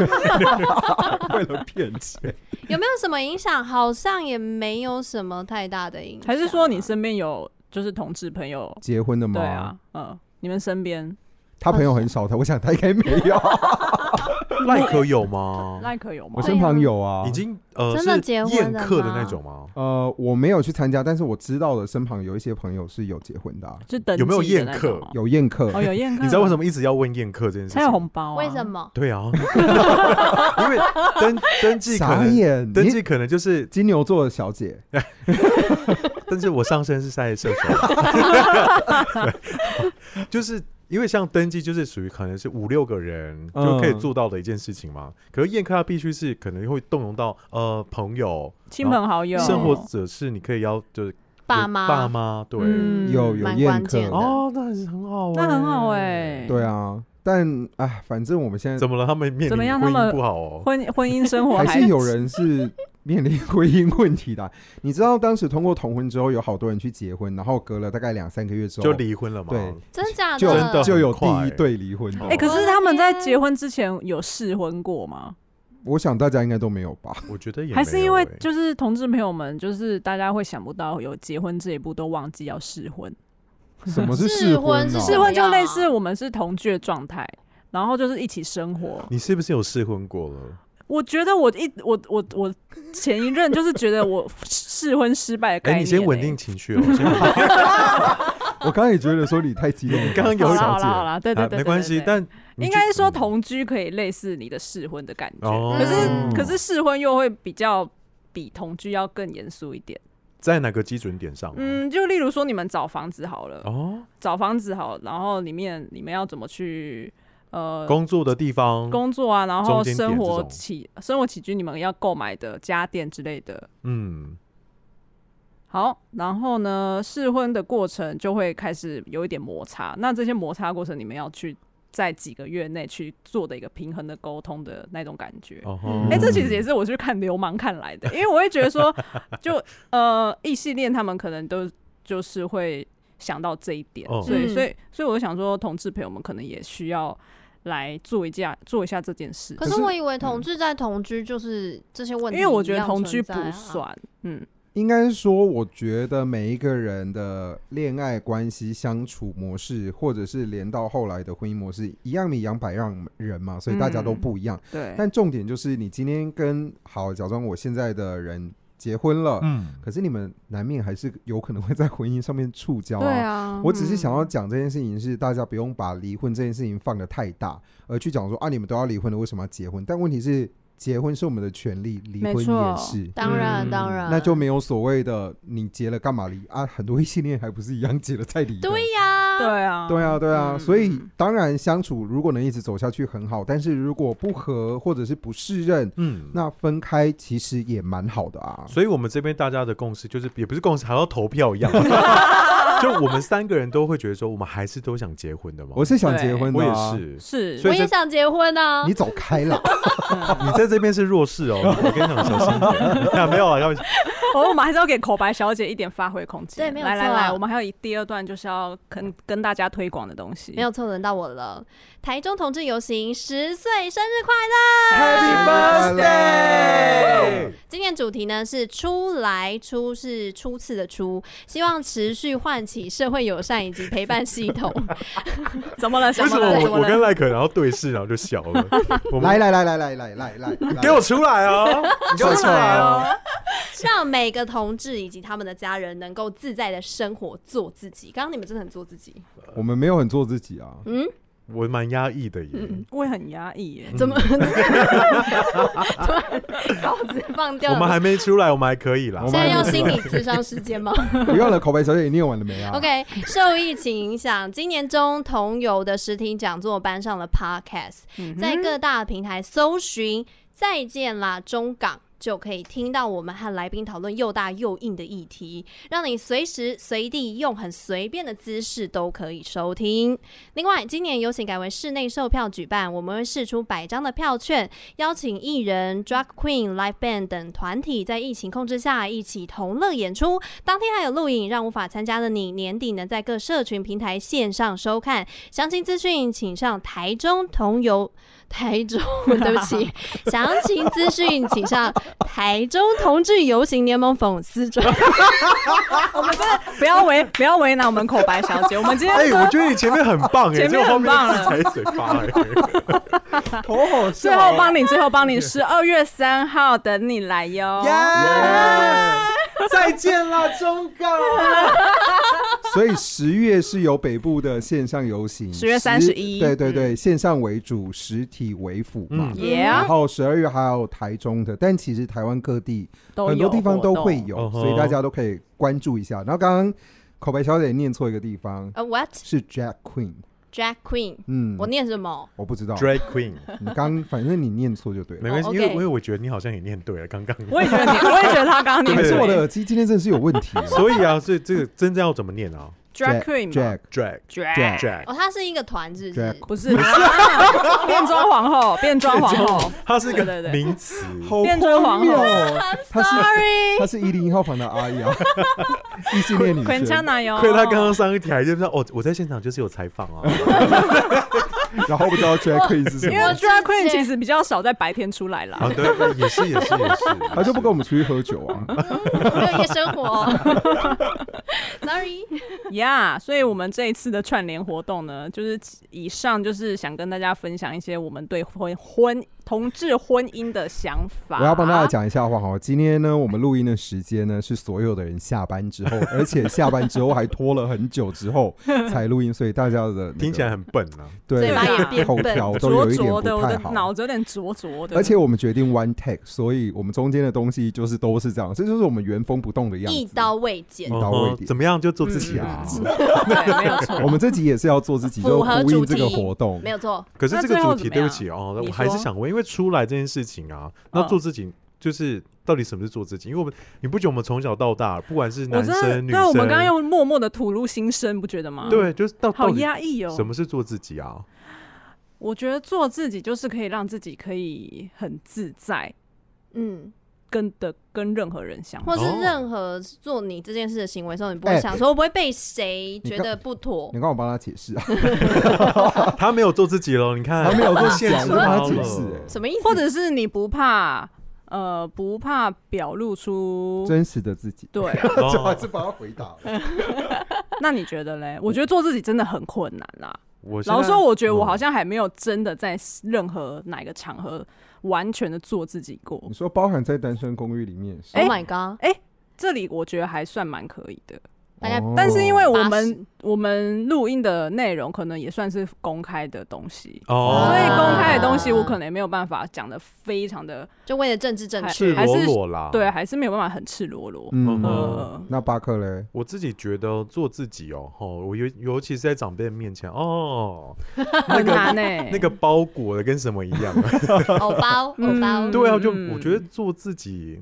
Speaker 2: 为了骗钱。
Speaker 3: 有没有什么影响？好像也没有什么太大的影响。
Speaker 1: 还是说你身边有就是同志朋友？
Speaker 2: 结婚的吗？
Speaker 1: 对啊，嗯，你们身边
Speaker 2: 他朋友很少，他我想他应该没 有。
Speaker 4: 赖可有吗？
Speaker 1: 赖可有吗哎
Speaker 2: 我？身旁有啊，
Speaker 4: 已经呃，
Speaker 3: 真的
Speaker 4: 是
Speaker 3: 结婚
Speaker 4: 宴
Speaker 3: 了
Speaker 4: 客的
Speaker 3: 吗
Speaker 4: 那种吗？
Speaker 2: 呃，我没有去参加，但是我知道的，身旁有一些朋友是有结婚的啊、
Speaker 1: 就等
Speaker 4: 有没有
Speaker 1: 级的
Speaker 4: 宴
Speaker 1: 那
Speaker 4: 客
Speaker 1: 种哦
Speaker 2: 有宴客。
Speaker 1: 哦，有宴
Speaker 3: 嗯
Speaker 1: 客，
Speaker 4: 你知道为什么一直要问宴客这件事情？
Speaker 1: 才有红包啊？
Speaker 3: 为什么？
Speaker 4: 对啊， 因为登登记可
Speaker 2: 傻
Speaker 4: 能
Speaker 2: 眼，
Speaker 4: 登
Speaker 2: 你
Speaker 4: 记可能就是，
Speaker 2: 金牛座的小姐，
Speaker 4: 但是我上身是三 射手，对就是因为像登记就是属于可能是五六个人
Speaker 2: 嗯
Speaker 4: 就可以做到的一件事情嘛。可是宴客它必须是可能会动用到呃朋友、
Speaker 1: 亲朋好友？
Speaker 4: 生活者是你可以要就是
Speaker 3: 爸妈
Speaker 4: 爸妈对哦
Speaker 1: 嗯
Speaker 2: 有有
Speaker 3: 蛮
Speaker 2: 宴
Speaker 3: 关
Speaker 2: 客
Speaker 3: 键的
Speaker 4: 哦，那还是很好欸，
Speaker 1: 那很好哎。
Speaker 2: 对啊，但哎，反正我们现在
Speaker 4: 怎么了？他们面
Speaker 1: 怎么
Speaker 4: 临
Speaker 1: 样
Speaker 4: 婚
Speaker 1: 他
Speaker 4: 姻
Speaker 1: 们
Speaker 4: 不好哦。
Speaker 1: 婚婚姻生活
Speaker 2: 还
Speaker 1: 还
Speaker 2: 是有人是面临 婚姻问题的啊。你知道当时通过同婚之后，有好多人去结婚，然后隔了大概两三个月之后
Speaker 4: 就离婚了嘛？
Speaker 2: 对
Speaker 3: 真假
Speaker 2: 就
Speaker 4: 真的
Speaker 2: 就有
Speaker 4: 很快
Speaker 2: 第一对离婚的。
Speaker 1: 哎、可
Speaker 3: 我
Speaker 1: 是
Speaker 3: 的
Speaker 1: 他们在
Speaker 3: 天
Speaker 1: 结婚之前有试婚过吗？
Speaker 2: 我想大家应该都没有吧？
Speaker 4: 我觉得也
Speaker 1: 还是
Speaker 4: 没有
Speaker 1: 因为
Speaker 4: 欸
Speaker 1: 就是同志朋友们，就是大家会想不到有结婚这一步都忘记要试婚，
Speaker 2: 什么是
Speaker 3: 试
Speaker 2: 试啊
Speaker 3: 婚
Speaker 2: 呢
Speaker 3: 是
Speaker 1: 试
Speaker 3: 什么
Speaker 1: 婚就类
Speaker 3: 呀
Speaker 1: 似我们是同居的状态，然后就是一起生活。
Speaker 4: 你是不是有试婚过了？
Speaker 1: 我觉得我一我我我前一任就是觉得我试婚失败的概
Speaker 4: 哎，
Speaker 1: 念、欸
Speaker 4: 你先稳定。情绪哦。先稳定
Speaker 2: 我刚才也觉得说你太激动了吧，
Speaker 4: 刚刚有
Speaker 1: 好
Speaker 4: 一
Speaker 1: 啦
Speaker 4: 小
Speaker 1: 好
Speaker 4: 姐
Speaker 1: 啦好啦，对对
Speaker 4: 啊
Speaker 1: 对，对
Speaker 4: 没关
Speaker 1: 对
Speaker 4: 系
Speaker 1: 对，
Speaker 4: 但你
Speaker 1: 应
Speaker 4: 就
Speaker 1: 该是说同居可以类似你的试婚的感觉，
Speaker 4: 哦
Speaker 1: 可是
Speaker 3: 嗯
Speaker 1: 可是试婚又会比较比同居要更严肃一点。
Speaker 4: 在哪个基准点上？嗯，
Speaker 1: 嗯，就例如说你们找房子好了，
Speaker 4: 哦，
Speaker 1: 找房子好，然后里面你们要怎么去呃
Speaker 4: 工作的地方，
Speaker 1: 工作啊，然
Speaker 4: 中
Speaker 1: 后
Speaker 4: 间点
Speaker 1: 生
Speaker 4: 这
Speaker 1: 活
Speaker 4: 种
Speaker 1: 起生活起居你们要购买的家电之类的。
Speaker 4: 嗯，
Speaker 1: 好，然后呢，试婚的过程就会开始有一点摩擦。那这些摩擦过程，你们要去在几个月内去做的一个平衡的沟通的那种感觉。
Speaker 4: 哦吼
Speaker 3: 嗯，
Speaker 1: 哎、这其实也是我去看《流氓》看来的，因为我会觉 得说，就呃，异性恋他们可能都就是会想到这一点，
Speaker 4: 哦
Speaker 1: 所以
Speaker 3: 嗯
Speaker 1: 所以所以我就想说，同志朋友们可能也需要来做一下做一下这件事，
Speaker 3: 可
Speaker 2: 可
Speaker 3: 是
Speaker 2: 是
Speaker 3: 我以为同居在同居就是这些问
Speaker 1: 因为
Speaker 3: 题、
Speaker 1: 我觉得同居不。
Speaker 3: 啊
Speaker 1: 算，嗯，
Speaker 2: 应该说，我觉得每一个人的恋爱关系相处模式，或者是连到后来的婚姻模式，一样米养百样人嘛，所以大家都
Speaker 1: 嗯
Speaker 2: 不一样。
Speaker 1: 对，
Speaker 2: 但重点就是，你今天跟好假装我现在的人结婚了，
Speaker 4: 嗯，
Speaker 2: 可是你们难免还是有可能会在婚姻上面触礁
Speaker 1: 对啊，
Speaker 2: 哦我只是想要
Speaker 1: 嗯
Speaker 2: 讲这件事情是，大家不用把离婚这件事情放得太大，而去讲说啊，你们都要离婚了，为什么要结婚？但问题是，结婚是我们的权利，离
Speaker 1: 没
Speaker 2: 婚也
Speaker 1: 错
Speaker 2: 是。
Speaker 3: 当然，
Speaker 4: 嗯
Speaker 3: 当然，
Speaker 2: 那就没有所谓的你结了干嘛离啊？很多异性恋还不是一样结了再离的？
Speaker 3: 对呀，
Speaker 1: 对啊，
Speaker 2: 对啊，对啊。
Speaker 1: 嗯
Speaker 2: 所以当然相处如果能一直走下去很好，但是如果不和或者是不适任，
Speaker 4: 嗯，
Speaker 2: 那分开其实也蛮好的啊。
Speaker 4: 所以我们这边大家的共识就是，也不是共识，还要投票一 样。就我们三个人都会觉得说，我们还是都想结婚的嘛。
Speaker 2: 我是想结
Speaker 1: 对
Speaker 2: 婚的、
Speaker 4: 我也
Speaker 2: 啊，
Speaker 4: 是，
Speaker 1: 是，
Speaker 4: 所以
Speaker 3: 我也
Speaker 4: 这
Speaker 3: 想结婚啊
Speaker 2: 你。走开了。
Speaker 1: 嗯
Speaker 4: 哦你在这边是弱势哦。 我跟你讲，小心一点。 啊没有啊，开玩笑
Speaker 1: 我我们还是要给口白小姐一点发挥空间。
Speaker 3: 对没有
Speaker 1: 来来
Speaker 3: 错啊
Speaker 1: 来，我们还有一第二段就是要跟跟大家推广的东西。
Speaker 3: 没有错，轮到我了。台中同志游行十岁生日快乐！
Speaker 2: Happy birthday！
Speaker 3: 今天主题呢是“出来出”是初次的“出”，希望持续唤起社会友善以及陪伴系统。
Speaker 1: 怎么了？怎
Speaker 4: 为什
Speaker 1: 么
Speaker 4: 么
Speaker 1: 了？怎
Speaker 4: 我
Speaker 1: 么
Speaker 4: 我跟
Speaker 1: 了？
Speaker 4: 赖可然后对视，然后就笑了？我们
Speaker 2: 来来来来来来来 来，
Speaker 4: 给我出来哦！你给我出来哦！
Speaker 2: 哦！
Speaker 3: 让每个同志以及他们的家人能够自在的生活，做自己。刚刚你们真的很做自己，
Speaker 2: 我们没有很做自己啊，
Speaker 3: 嗯，
Speaker 4: 我蛮压抑的耶。
Speaker 1: 嗯，我也很压抑耶。
Speaker 3: 怎么突然稿子放掉
Speaker 4: 我
Speaker 3: 了？
Speaker 4: 们还没出来，我们还可以啦
Speaker 2: 我。
Speaker 3: 现
Speaker 2: 们
Speaker 3: 在
Speaker 2: 还
Speaker 3: 要
Speaker 2: 没
Speaker 3: 心理 智商时间吗
Speaker 2: 不用了，口白小姐，你念完了 没啊
Speaker 3: ？OK，受疫情影响，今年中同游的实体讲座搬上了 Podcast，
Speaker 1: 嗯哼
Speaker 3: 在各大平台搜寻“再见啦中港”，就可以听到我们和来宾讨论又大又硬的议题，让你随时随地用很随便的姿势都可以收听。另外，今年游行改为室内售票举办，我们会试出百张的票券，邀请艺人、drag queen、live band 等团体在疫情控制下一起同乐演出。当天还有录影，让无法参加的你年底能在各社群平台线上收看。详情资讯请上台中同游台中，对 不起，详情资讯请上台中同志游行联盟粉丝 专。
Speaker 1: 不要为不要为难我们口白小姐，我们今天
Speaker 4: 哎，我
Speaker 1: 歌
Speaker 4: 觉得你前面很棒哎，
Speaker 1: 前面
Speaker 4: 结果后面
Speaker 1: 很棒
Speaker 4: 自己才嘴巴哎。
Speaker 2: 好好
Speaker 1: 最后帮你，最后帮你，十二月三号等你来哟。
Speaker 2: 耶！再见啦，中港。所以十月是由北部的线上游行，
Speaker 1: 10月31
Speaker 2: 对对
Speaker 1: 嗯
Speaker 2: 对，线上为主，实体为辅嘛。
Speaker 4: 嗯
Speaker 1: Yeah，
Speaker 2: 然后十二月还有台中的，但其实台湾各地
Speaker 1: 都有
Speaker 2: 很多地方都会
Speaker 1: 活
Speaker 2: 有，
Speaker 4: 嗯哼
Speaker 2: 所以大家都可以关注一下。然后刚刚口白小姐念错一个地方，
Speaker 3: 呃、w h a t
Speaker 2: 是 Jack Queen。
Speaker 3: drag queen？
Speaker 2: 嗯，
Speaker 3: 我念什么？
Speaker 2: 我不知道，
Speaker 4: Drag Queen，
Speaker 2: 你刚反正你念错就对了
Speaker 4: 没。关系，
Speaker 3: 哦
Speaker 4: 因为
Speaker 3: OK
Speaker 4: 因为我觉得你好像也念对了，刚刚。
Speaker 1: 我也觉得你，我也觉得他刚刚
Speaker 2: 你
Speaker 1: 念
Speaker 4: 对
Speaker 2: 是
Speaker 1: 错
Speaker 2: 我
Speaker 1: 了
Speaker 2: 的耳机今天真的是有问题啊。
Speaker 4: 所以啊，这这个真正要怎么念啊？
Speaker 1: drag queen 嘛
Speaker 2: Jack
Speaker 4: drag
Speaker 1: drag
Speaker 4: drag，
Speaker 3: 哦，它是一个团，是不是
Speaker 2: 哎 Drag？
Speaker 1: 不是啊变装皇后，变装皇后，
Speaker 4: 它是一
Speaker 1: 对
Speaker 4: 个
Speaker 1: 对对
Speaker 4: 名词。
Speaker 2: 好
Speaker 1: 变成
Speaker 2: 荒
Speaker 1: 皇后
Speaker 2: 谬哦，她是
Speaker 3: Sorry，
Speaker 2: 她是一零一号房的阿 姨啊，异性恋女
Speaker 1: 昆腔
Speaker 2: 生，
Speaker 1: 奶油。
Speaker 4: 亏他刚刚上一台就是哦，我在现场就是有采访啊，
Speaker 2: 然后不知道 Jack queen 是什
Speaker 1: 因为
Speaker 2: 么，
Speaker 1: drag queen 其实比较少在白天出来啦
Speaker 4: 啊，对对，也是也是也是，
Speaker 2: 她就不跟我们出去喝酒啊。
Speaker 3: 没有夜生 活。Sorry，
Speaker 1: 呀所以我们这一次的串联活动呢，就是以上就是想跟大家分享一些我们对婚婚同志婚姻的想法。
Speaker 2: 我要帮大家讲一下话哈，今天呢，我们录音的时间呢是所有的人下班之 后，而且下班之后还拖了很久之后才录音，所以大家的、那个
Speaker 4: 听起来很笨啊。
Speaker 2: 对
Speaker 3: 嘴巴也变
Speaker 2: 口
Speaker 3: 笨，
Speaker 2: 条都
Speaker 1: 灼
Speaker 2: 有一点
Speaker 1: 灼
Speaker 2: 不
Speaker 1: 的，我
Speaker 2: 太
Speaker 1: 的
Speaker 2: 好。
Speaker 1: 脑子有点灼灼的。
Speaker 2: 而且我们决定 one take，所以我们中间的东西就是都是这样，这就是我们原封不动的样子。
Speaker 3: 一刀未剪
Speaker 2: 嗯，到位
Speaker 4: 嗯
Speaker 2: 点
Speaker 4: 怎么样就做自己啊
Speaker 2: 嗯？
Speaker 1: 对，没有错。
Speaker 2: 我们这集也是要做自己，就
Speaker 3: 符合
Speaker 2: 呼应
Speaker 3: 主
Speaker 2: 这个
Speaker 3: 题
Speaker 2: 活动
Speaker 3: 没。有错。
Speaker 4: 可是这个
Speaker 1: 那最后
Speaker 4: 主
Speaker 1: 怎
Speaker 4: 题，
Speaker 1: 么
Speaker 4: 对
Speaker 1: 样
Speaker 4: 不起哦，
Speaker 1: 你
Speaker 4: 我还是
Speaker 1: 说
Speaker 4: 想问，因为出来这件事情啊，那
Speaker 1: 嗯
Speaker 4: 做自己就是到底什么是做自己？因为我们你不觉得我们从小到大，不管是
Speaker 1: 我
Speaker 4: 男
Speaker 1: 真的
Speaker 4: 生女
Speaker 1: 对，我们刚刚
Speaker 4: 生，
Speaker 1: 又默默的吐露心声，不觉得吗？，
Speaker 4: 对，就是到
Speaker 1: 好
Speaker 4: 到底
Speaker 1: 压抑哦。
Speaker 4: 什么是做自己啊？
Speaker 1: 我觉得做自己就是可以让自己可以很自在，
Speaker 3: 嗯，
Speaker 1: 跟的跟任何人相处
Speaker 3: 或。是
Speaker 4: 哦
Speaker 3: 任何做你这件事的行为的时候，你不
Speaker 2: 哎
Speaker 3: 会想说会不会被谁
Speaker 2: 你
Speaker 3: 觉
Speaker 2: 刚
Speaker 3: 得不妥
Speaker 2: 你？刚我帮他解释 啊，
Speaker 4: 他没有做自己了，你看
Speaker 2: 他没有做自己
Speaker 4: 现实
Speaker 2: 我帮他
Speaker 4: 他
Speaker 2: 解
Speaker 4: 了
Speaker 2: 释哎
Speaker 3: 什么意思？
Speaker 1: 或者是你不怕呃不怕表露出
Speaker 2: 真实的自己，
Speaker 1: 对，
Speaker 2: 就还
Speaker 4: 哦
Speaker 2: 是帮他回答。
Speaker 1: 那你觉得嘞？我觉得做自己真的很困难啦。
Speaker 4: 我现
Speaker 1: 老实
Speaker 4: 在
Speaker 1: 说，我觉得我
Speaker 4: 嗯
Speaker 1: 好像还没有真的在任何哪个场合完全的做自己过
Speaker 4: 嗯
Speaker 2: 你。说包含在单身公寓里面也是，
Speaker 3: Oh
Speaker 1: 哎
Speaker 3: my god！
Speaker 1: 这里我觉得还算蛮可以的，
Speaker 3: 大概
Speaker 2: 哦
Speaker 1: 但是因为我们
Speaker 3: 80
Speaker 1: 我们录音的内容可能也算是公开的东西，
Speaker 4: 哦，
Speaker 1: 所以
Speaker 3: 啊
Speaker 1: 公开的东西我可能也没有办法讲的非常的
Speaker 3: 就为了政治正
Speaker 1: 还
Speaker 3: 确，
Speaker 4: 赤
Speaker 1: 还
Speaker 4: 裸
Speaker 1: 是
Speaker 4: 裸啦，
Speaker 1: 对，啊还是没有办法很赤裸裸。
Speaker 2: 嗯
Speaker 4: 嗯
Speaker 2: 嗯，
Speaker 1: 呃，
Speaker 2: 那巴克嘞？
Speaker 4: 我自己觉得做自己哦，吼，我尤尤其是在长辈面前哦，
Speaker 1: 很难欸呢、
Speaker 4: 那个包裹的跟什么一样啊？
Speaker 3: 偶包偶
Speaker 1: 嗯
Speaker 3: 包，
Speaker 4: 对啊，就
Speaker 1: 嗯
Speaker 4: 我觉得做自己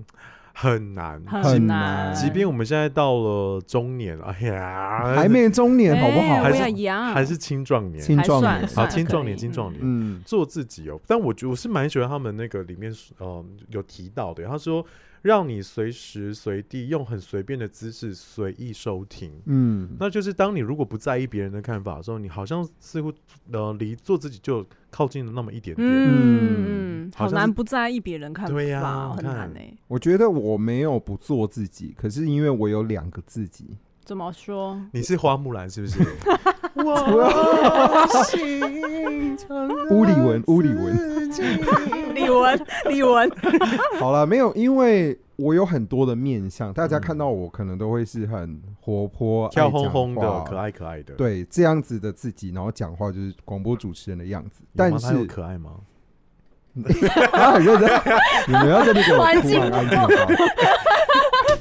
Speaker 4: 很难，
Speaker 2: 很
Speaker 1: 很
Speaker 2: 难
Speaker 1: 难，
Speaker 4: 即便我们现在到了中年了，哎呀，
Speaker 2: 还没中年好不好？
Speaker 1: 哎
Speaker 4: 还
Speaker 1: 我
Speaker 4: 是
Speaker 1: 也一样，
Speaker 4: 还是青壮年，
Speaker 2: 青壮
Speaker 1: 还
Speaker 2: 年
Speaker 1: 算，
Speaker 4: 好，
Speaker 1: 算
Speaker 4: 青壮
Speaker 1: 可以
Speaker 4: 年，青壮年。
Speaker 2: 嗯，
Speaker 4: 做自己哦，但我觉得我是蛮喜欢他们那个里面，呃，有提到的，他说让你随时随地用很随便的姿势随意收听，
Speaker 2: 嗯，
Speaker 4: 那就是当你如果不在意别人的看法的时候，你好像似乎呃离做自己就靠近了那么一点点。
Speaker 1: 嗯嗯，
Speaker 4: 好
Speaker 1: 好
Speaker 4: 像
Speaker 1: 难
Speaker 4: 是
Speaker 1: 不在意别人看法，
Speaker 4: 对呀
Speaker 1: 很
Speaker 4: 看
Speaker 1: 难呢、
Speaker 2: 我觉得我没有不做自己，可是因为我有两个自己，
Speaker 1: 怎么说？
Speaker 4: 你是花木兰是不是？
Speaker 2: 乌里文，乌里文。
Speaker 1: 李玟，李玟，
Speaker 2: 好了，没有，因为我有很多的面相，大家看到我可能都会是很活泼、爱
Speaker 4: 嗯跳
Speaker 2: 讲
Speaker 4: 轰轰的，
Speaker 2: 话
Speaker 4: 可。爱可爱的。
Speaker 2: 对这样子的自己，然后讲话就是广播主持人的样子，
Speaker 4: 有吗，
Speaker 2: 但
Speaker 4: 她有
Speaker 2: 是
Speaker 4: 可爱吗？
Speaker 2: 他 很认真， 你们要这么给我
Speaker 1: 安
Speaker 2: 突
Speaker 1: 静
Speaker 2: 然安静好啊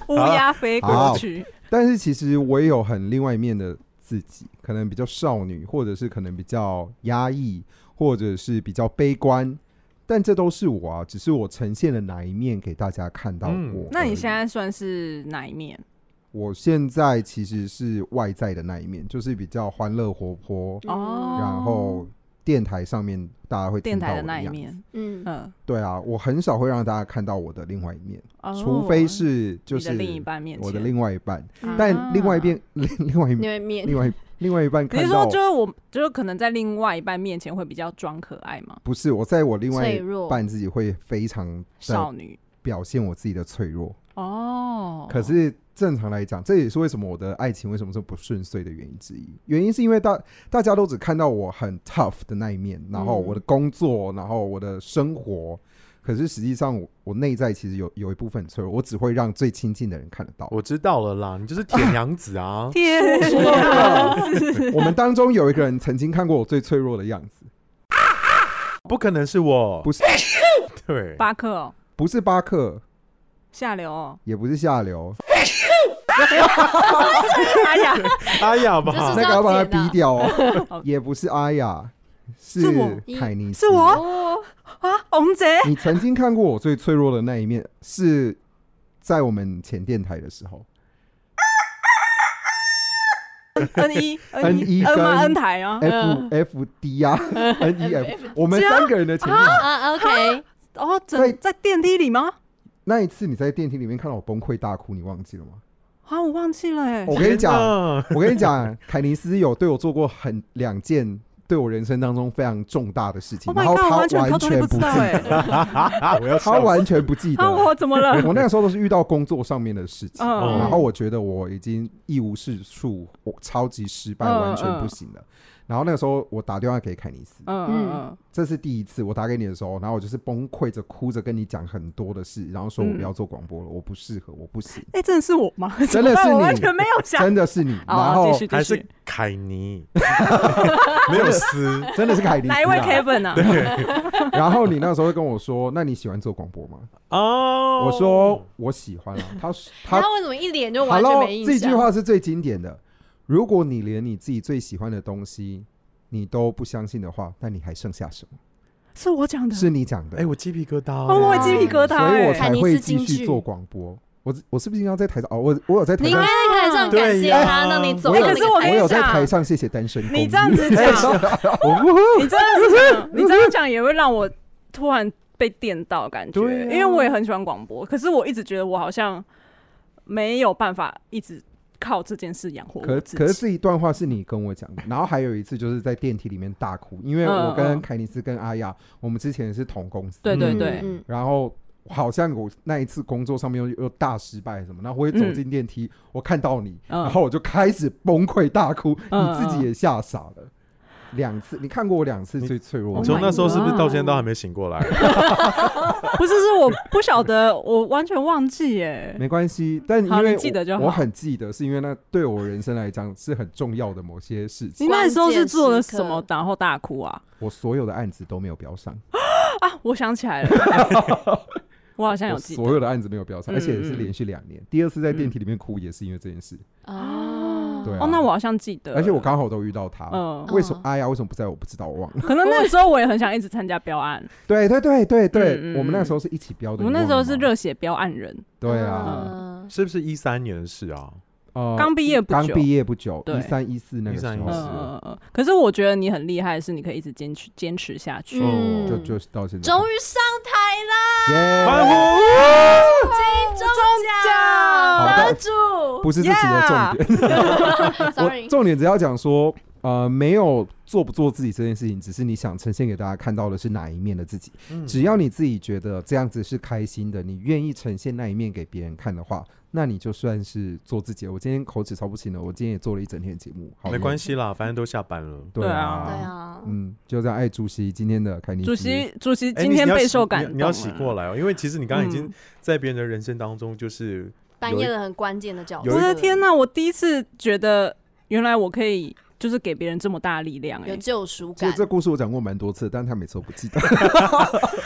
Speaker 1: 乌鸦飞过去，
Speaker 2: 但是其实我也有很另外一面的自己，可能比较少女，或者是可能比较压抑，或者是比较悲观，但这都是我啊，只是我呈现了哪一面给大家看到我而已、
Speaker 4: 嗯
Speaker 1: 那你现在算是哪一面？
Speaker 2: 嗯我现在其实是外在的那一面，就是比较欢乐活泼，
Speaker 3: 嗯
Speaker 1: 哦，
Speaker 2: 然后电台上面大家会听
Speaker 1: 电
Speaker 2: 到
Speaker 1: 台
Speaker 2: 我
Speaker 1: 的那一
Speaker 2: 样子。
Speaker 1: 面，
Speaker 3: 嗯，
Speaker 1: 嗯，
Speaker 2: 对啊，我很少会让大家看到我的另外一面，
Speaker 1: 哦
Speaker 2: 除非是就
Speaker 1: 你
Speaker 2: 是
Speaker 1: 的另一半啊面前，
Speaker 2: 我的另外一半，
Speaker 3: 嗯
Speaker 2: 但另外一边另另外一
Speaker 3: 另外一面
Speaker 2: 另外另外一半
Speaker 1: 你是
Speaker 2: 看
Speaker 1: 说
Speaker 2: 到
Speaker 1: 就是我，就是可能在另外一半面前会比较装可爱吗？
Speaker 2: 不是我在我另外
Speaker 3: 脆
Speaker 2: 一
Speaker 3: 弱，
Speaker 2: 半自己会非常
Speaker 1: 少
Speaker 2: 的
Speaker 1: 女
Speaker 2: 表现我自己的脆弱，
Speaker 1: 哦，。
Speaker 2: 可是正常来讲，这也是为什么我的爱情为什么是不顺遂的原因之一。原因是因为大大家都只看到我很 tough 的那一面，然后
Speaker 3: 嗯
Speaker 2: 我的工作，然后我的生活。可是实际上我，我内在其实有有一部分脆弱，我只会让最亲近的人看得到。
Speaker 4: 我知道了啦，你就是铁娘子啊
Speaker 1: 天
Speaker 2: 说到这个，我们当中有一个人曾经看过我最脆弱的样子，
Speaker 4: 不可能是我，
Speaker 2: 不是
Speaker 4: 对，
Speaker 1: 巴克哦，
Speaker 2: 不是巴克，
Speaker 1: 下流哦，
Speaker 2: 也不是下流，
Speaker 1: 哎呀，
Speaker 4: 阿雅吧？
Speaker 3: 这
Speaker 2: 那个要把他逼掉哦
Speaker 1: 啊 好，
Speaker 2: 也不是阿雅，
Speaker 1: 是
Speaker 2: 是
Speaker 1: 我
Speaker 2: 凯尼斯，
Speaker 1: 是我
Speaker 3: 哦，
Speaker 1: 啊，红姐，
Speaker 2: 你曾经看过我最脆弱的那一面，是在我们前电台的时候。
Speaker 1: N N 一
Speaker 2: N 一
Speaker 1: N
Speaker 2: 跟
Speaker 1: 吗 N 台啊，
Speaker 2: F F D 啊，N E F，我们三个人的前面。
Speaker 3: 啊，OK，
Speaker 1: 哦，
Speaker 2: 在
Speaker 1: 整在电梯里吗？
Speaker 2: 那一次你在电梯里面看到我崩溃大哭，你忘记了吗？
Speaker 1: 啊，我忘记了哎、
Speaker 2: 我跟你讲，
Speaker 4: 天哪
Speaker 2: 我跟你讲， 凯尼斯有对我做过很两件对我人生当中非常重大的事情，
Speaker 1: Oh
Speaker 2: 然
Speaker 1: my
Speaker 2: 后
Speaker 1: god！
Speaker 2: 他
Speaker 1: 我完全
Speaker 2: 完
Speaker 1: 逃脱力
Speaker 2: 全
Speaker 1: 不
Speaker 2: 不
Speaker 1: 知
Speaker 2: 记
Speaker 1: 道哎、
Speaker 2: 得，
Speaker 1: 欸，
Speaker 4: 啊，我要
Speaker 2: 他
Speaker 4: 笑死
Speaker 2: 完全不 记
Speaker 1: 啊，
Speaker 2: 得。
Speaker 1: 我怎么 了？
Speaker 2: 我那个时候都是遇到工作上面的事情，
Speaker 1: 嗯
Speaker 2: 然后我觉得我已经一无是处，我超级失败，
Speaker 1: 嗯
Speaker 2: 完全不行了。然后那个时候我打电话给凯尼斯，
Speaker 1: 嗯嗯
Speaker 2: 这是第一次我打给你的时候，然后我就是崩溃着哭着跟你讲很多的事，然后说我
Speaker 1: 嗯
Speaker 2: 不要做广播了，我不适合，我不 行，
Speaker 1: 哎、真的是我吗？
Speaker 2: 真的是
Speaker 1: 我
Speaker 2: 你
Speaker 1: 完全没有想。
Speaker 2: 真的是你。
Speaker 1: 哦
Speaker 2: 然后
Speaker 1: 继续继
Speaker 4: 还
Speaker 1: 续
Speaker 4: 是，凯尼，没有丝，
Speaker 2: 真的是凯尼斯啊，
Speaker 1: 哪一位 Kevin 啊？
Speaker 2: 然后你那时候跟我说，那你喜欢做广播吗？
Speaker 4: 哦，
Speaker 2: 我说我喜欢啊。他 他
Speaker 3: 他为什么一脸就完全
Speaker 2: Hello
Speaker 3: 没印象？
Speaker 2: 这句话是最经典的。如果你连你自己最喜欢的东西你都不相信的话，那你还剩下什么？
Speaker 1: 是我讲的，
Speaker 2: 是你讲的，
Speaker 4: 哎，我鸡皮疙瘩
Speaker 1: 哦，
Speaker 4: 欸，
Speaker 1: 我有鸡皮疙瘩、
Speaker 2: 所以我
Speaker 1: 欸，
Speaker 2: 才
Speaker 3: 凯尼
Speaker 2: 会
Speaker 3: 斯京
Speaker 2: 继续
Speaker 3: 剧
Speaker 2: 做广播。我我是不是应该在台上？哦，我我有在台
Speaker 3: 你应
Speaker 2: 上
Speaker 3: 该，在台上感谢他，让你走
Speaker 2: 我
Speaker 3: 到
Speaker 2: 有
Speaker 1: 哎
Speaker 3: 那
Speaker 1: 可是
Speaker 3: 个
Speaker 1: 我跟
Speaker 2: 我
Speaker 1: 你
Speaker 2: 有
Speaker 3: 台
Speaker 2: 在
Speaker 1: 讲
Speaker 2: 台上谢谢单身公寓。
Speaker 1: 你这 样子讲， 你真的是这样，你这样讲也会让我突然被电到的感觉，
Speaker 4: 对啊
Speaker 1: 因为我也很喜欢广播，可是我一直觉得我好像没有办法一直靠这件事养活
Speaker 2: 可
Speaker 1: 我自己。
Speaker 2: 可是这一段话是你跟我讲的，然后还有一次就是在电梯里面大哭，因为
Speaker 1: 嗯
Speaker 2: 我跟
Speaker 1: 嗯
Speaker 2: 凯尼斯跟阿雅，我们之前是同公司，
Speaker 1: 对对
Speaker 4: 嗯
Speaker 1: 对，
Speaker 3: 嗯，
Speaker 2: 然后好像我那一次工作上面又又大失败什么，然后我也走进电梯，我看到你，
Speaker 1: 嗯
Speaker 2: 然后我就开始崩溃大哭，
Speaker 1: 嗯
Speaker 2: 你自己也吓傻了。两次，你看过我两次最脆弱
Speaker 4: 你
Speaker 2: 的
Speaker 1: 就
Speaker 4: 从
Speaker 2: 时候。
Speaker 4: 那时候是不是到现在都还没醒
Speaker 2: Oh
Speaker 4: 过来？
Speaker 1: 不是是我不晓得，我完全忘记 耶、
Speaker 2: 没关系，但因
Speaker 1: 好
Speaker 2: 为
Speaker 1: 你记得就
Speaker 2: 我
Speaker 1: 好
Speaker 2: 我很记得，是因为那对我人生来讲是很重要的某些事情。
Speaker 1: 你那时候是做了什么，然后大 哭啊？
Speaker 2: 我所有的案子都没有标上，
Speaker 1: 啊，我想起来了， 我好像有
Speaker 2: 我
Speaker 1: 记
Speaker 2: 所有的案子没有标上，
Speaker 1: 嗯
Speaker 2: 而且是连续两年。第二次在电梯里面哭也是因为这件事，
Speaker 3: 哦，
Speaker 2: 对啊
Speaker 1: 哦，那我好像记得，
Speaker 2: 而且我刚好都遇到他。
Speaker 1: 嗯，
Speaker 2: 为什么
Speaker 3: 哦？
Speaker 2: 哎呀，为什么不在？我不知道，我忘了。
Speaker 1: 可能那时候我也很想一直参加标案，
Speaker 2: 对对对对
Speaker 1: 嗯
Speaker 2: 对，
Speaker 1: 嗯
Speaker 2: 我们那时候是一起标
Speaker 1: 我
Speaker 2: 的。
Speaker 1: 们那时候是
Speaker 2: 热。
Speaker 1: 热血标案人，
Speaker 2: 对啊，
Speaker 3: 嗯
Speaker 4: 是不是一三年的事啊？
Speaker 2: 呃
Speaker 1: 刚毕业不
Speaker 2: 刚
Speaker 1: 久
Speaker 2: 毕业不久，
Speaker 1: 对
Speaker 2: 一三一四那个时
Speaker 4: 13
Speaker 1: 嗯
Speaker 4: 是
Speaker 1: 嗯
Speaker 2: 候，
Speaker 1: 嗯嗯。可是我觉得你很厉害，的是你可以一直坚持坚持下去。
Speaker 4: 嗯
Speaker 2: 就就是到现在。
Speaker 3: 终于上台了，
Speaker 2: 耶
Speaker 4: 欢呼！
Speaker 3: 金钟奖
Speaker 2: 好的
Speaker 3: 得主
Speaker 2: 不是这集的重点，我
Speaker 3: ，sorry，
Speaker 2: 重点只要讲说，呃，没有做不做自己这件事情，只是你想呈现给大家看到的是哪一面的自己。
Speaker 1: 嗯
Speaker 2: 只要你自己觉得这样子是开心的，你愿意呈现那一面给别人看的话，那你就算是做自己了。我今天口齿超不清了，我今天也做了一整天的节目，好
Speaker 4: 没关
Speaker 2: 系，
Speaker 4: 系啦，反正都下班了。
Speaker 2: 对啊，
Speaker 3: 对，啊，
Speaker 2: 嗯，就这样。哎，主席今天的凯尼斯
Speaker 1: 主席，主席
Speaker 4: 哎
Speaker 1: 今
Speaker 4: 你
Speaker 1: 天
Speaker 4: 你要
Speaker 1: 备
Speaker 4: 洗
Speaker 1: 受感
Speaker 4: 你
Speaker 1: 动
Speaker 4: 要你要洗过
Speaker 1: 了。
Speaker 4: 来哦，因为其实你刚刚已经
Speaker 1: 嗯
Speaker 4: 在别人的人生当中，就是
Speaker 3: 扮演了很关键的角色，
Speaker 4: 有一
Speaker 1: 我的天哪！我第一次觉得，原来我可以就是给别人这么大力量哎、
Speaker 3: 有救赎
Speaker 2: 其实
Speaker 3: 感，
Speaker 2: 这故事我讲过蛮多次，但他每次都不记 得，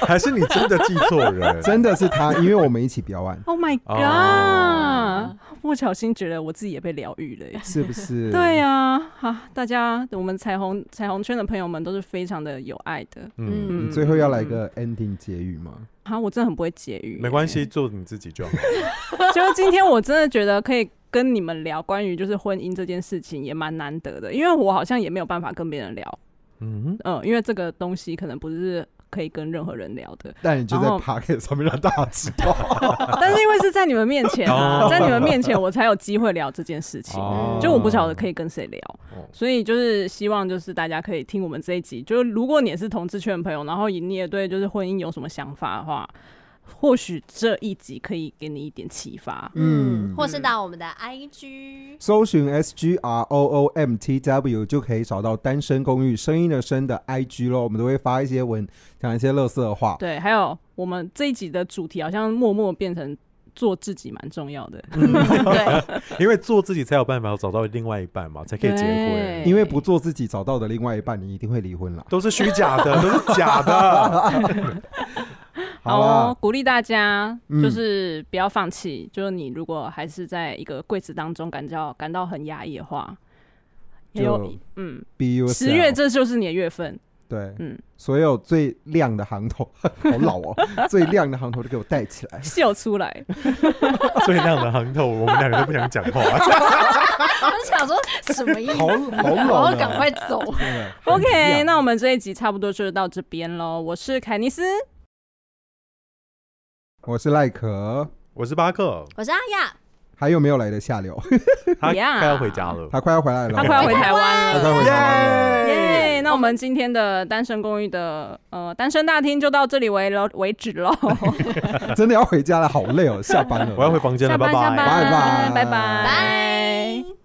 Speaker 4: 还是你真的记错 人，
Speaker 2: 真的是他，因为我们一起表演，
Speaker 1: Oh my god！、
Speaker 4: 哦
Speaker 1: 莫巧心觉得我自己也被疗愈了耶、
Speaker 2: 是不是？
Speaker 1: 对、呀、啊，大家我们彩虹彩虹圈的朋友们都是非常的有爱的。
Speaker 4: 嗯，
Speaker 1: 嗯
Speaker 2: 你最后要来个 ending 结语吗？，
Speaker 1: 啊，我真的很不会结语、
Speaker 4: 没关系，。做你自己就好。
Speaker 1: 就是今天我真的觉得可以跟你们聊关于就是婚姻这件事情也蛮难得的，因为我好像也没有办法跟别人聊，
Speaker 4: 嗯，
Speaker 1: 嗯，因为这个东西可能不是可以跟任何人 聊的
Speaker 2: 但你就在
Speaker 1: 然后
Speaker 2: Pocket 上面让大家知道，
Speaker 1: 但是因为是在你们面前啊，
Speaker 4: 哦
Speaker 1: 在你们面前我才有机会聊这件事情。
Speaker 4: 哦
Speaker 1: 就我不晓得可以跟谁聊
Speaker 2: 哦，
Speaker 1: 所以就是希望就是大家可以听我们这一集。就是如果你也是同志圈的朋友，然后你也对就是婚姻有什么想法的话，或许这一集可以给你一点启发。
Speaker 3: 嗯，
Speaker 2: 嗯，
Speaker 3: 或是到我们的 IG，
Speaker 2: 搜寻 S G R O O M T W 就可以找到单身公寓声音的声的 IG 咯，我们都会发一些文，讲一些乐色话。
Speaker 1: 对，还有我们这一集的主题好像默默变成做自己蛮重要的，
Speaker 3: 嗯 对，
Speaker 4: 因为做自己才有办法找到另外一半嘛，才可以结
Speaker 1: 对
Speaker 4: 婚。
Speaker 2: 因为不做自己找到的另外一半，你一定会离婚啦。
Speaker 4: 都是虚假的，都是假 的。
Speaker 1: 好
Speaker 2: 啦
Speaker 1: 哦，，鼓励大家就
Speaker 2: 啊嗯
Speaker 1: 是不要放弃。就是你如果还是在一个柜子当中感到感到很压抑的话，也有
Speaker 2: 就
Speaker 1: 嗯，
Speaker 2: ，Be yourself。
Speaker 1: 十月这就是你的月份，
Speaker 2: 对，
Speaker 1: 嗯，
Speaker 2: 所有最亮的行头， 好老 哦，最亮的行头就给我戴起来。
Speaker 1: 秀出来，
Speaker 4: 最亮的行头，我们两个都不想讲话。
Speaker 3: 我就想说什么意思？
Speaker 2: 好好
Speaker 3: 然
Speaker 2: 老
Speaker 3: 后
Speaker 2: 呢
Speaker 3: 赶快走。
Speaker 2: 真的
Speaker 1: OK，
Speaker 2: 很亮
Speaker 1: 那我们这一集差不多就到这边喽。我是凯尼斯，
Speaker 2: 我是赖可，
Speaker 4: 我是巴克，
Speaker 3: 我是阿雅，
Speaker 2: 还有没有来的下流？
Speaker 4: 他
Speaker 1: Yeah
Speaker 4: 快要回家了。
Speaker 2: 他快要回来了，
Speaker 1: 他快要回台湾
Speaker 2: 他
Speaker 1: 了。
Speaker 2: 快回台湾了。
Speaker 1: 耶那我们今天的单身公寓的呃单身大厅就到这里为喽为止 喽，
Speaker 2: 真的要回家了，好累哦，下班了。
Speaker 4: 我要回房间
Speaker 1: 下
Speaker 4: 了，
Speaker 1: 班
Speaker 4: 拜
Speaker 1: 下班，
Speaker 2: 拜拜
Speaker 1: 拜拜
Speaker 4: 拜。
Speaker 3: 拜。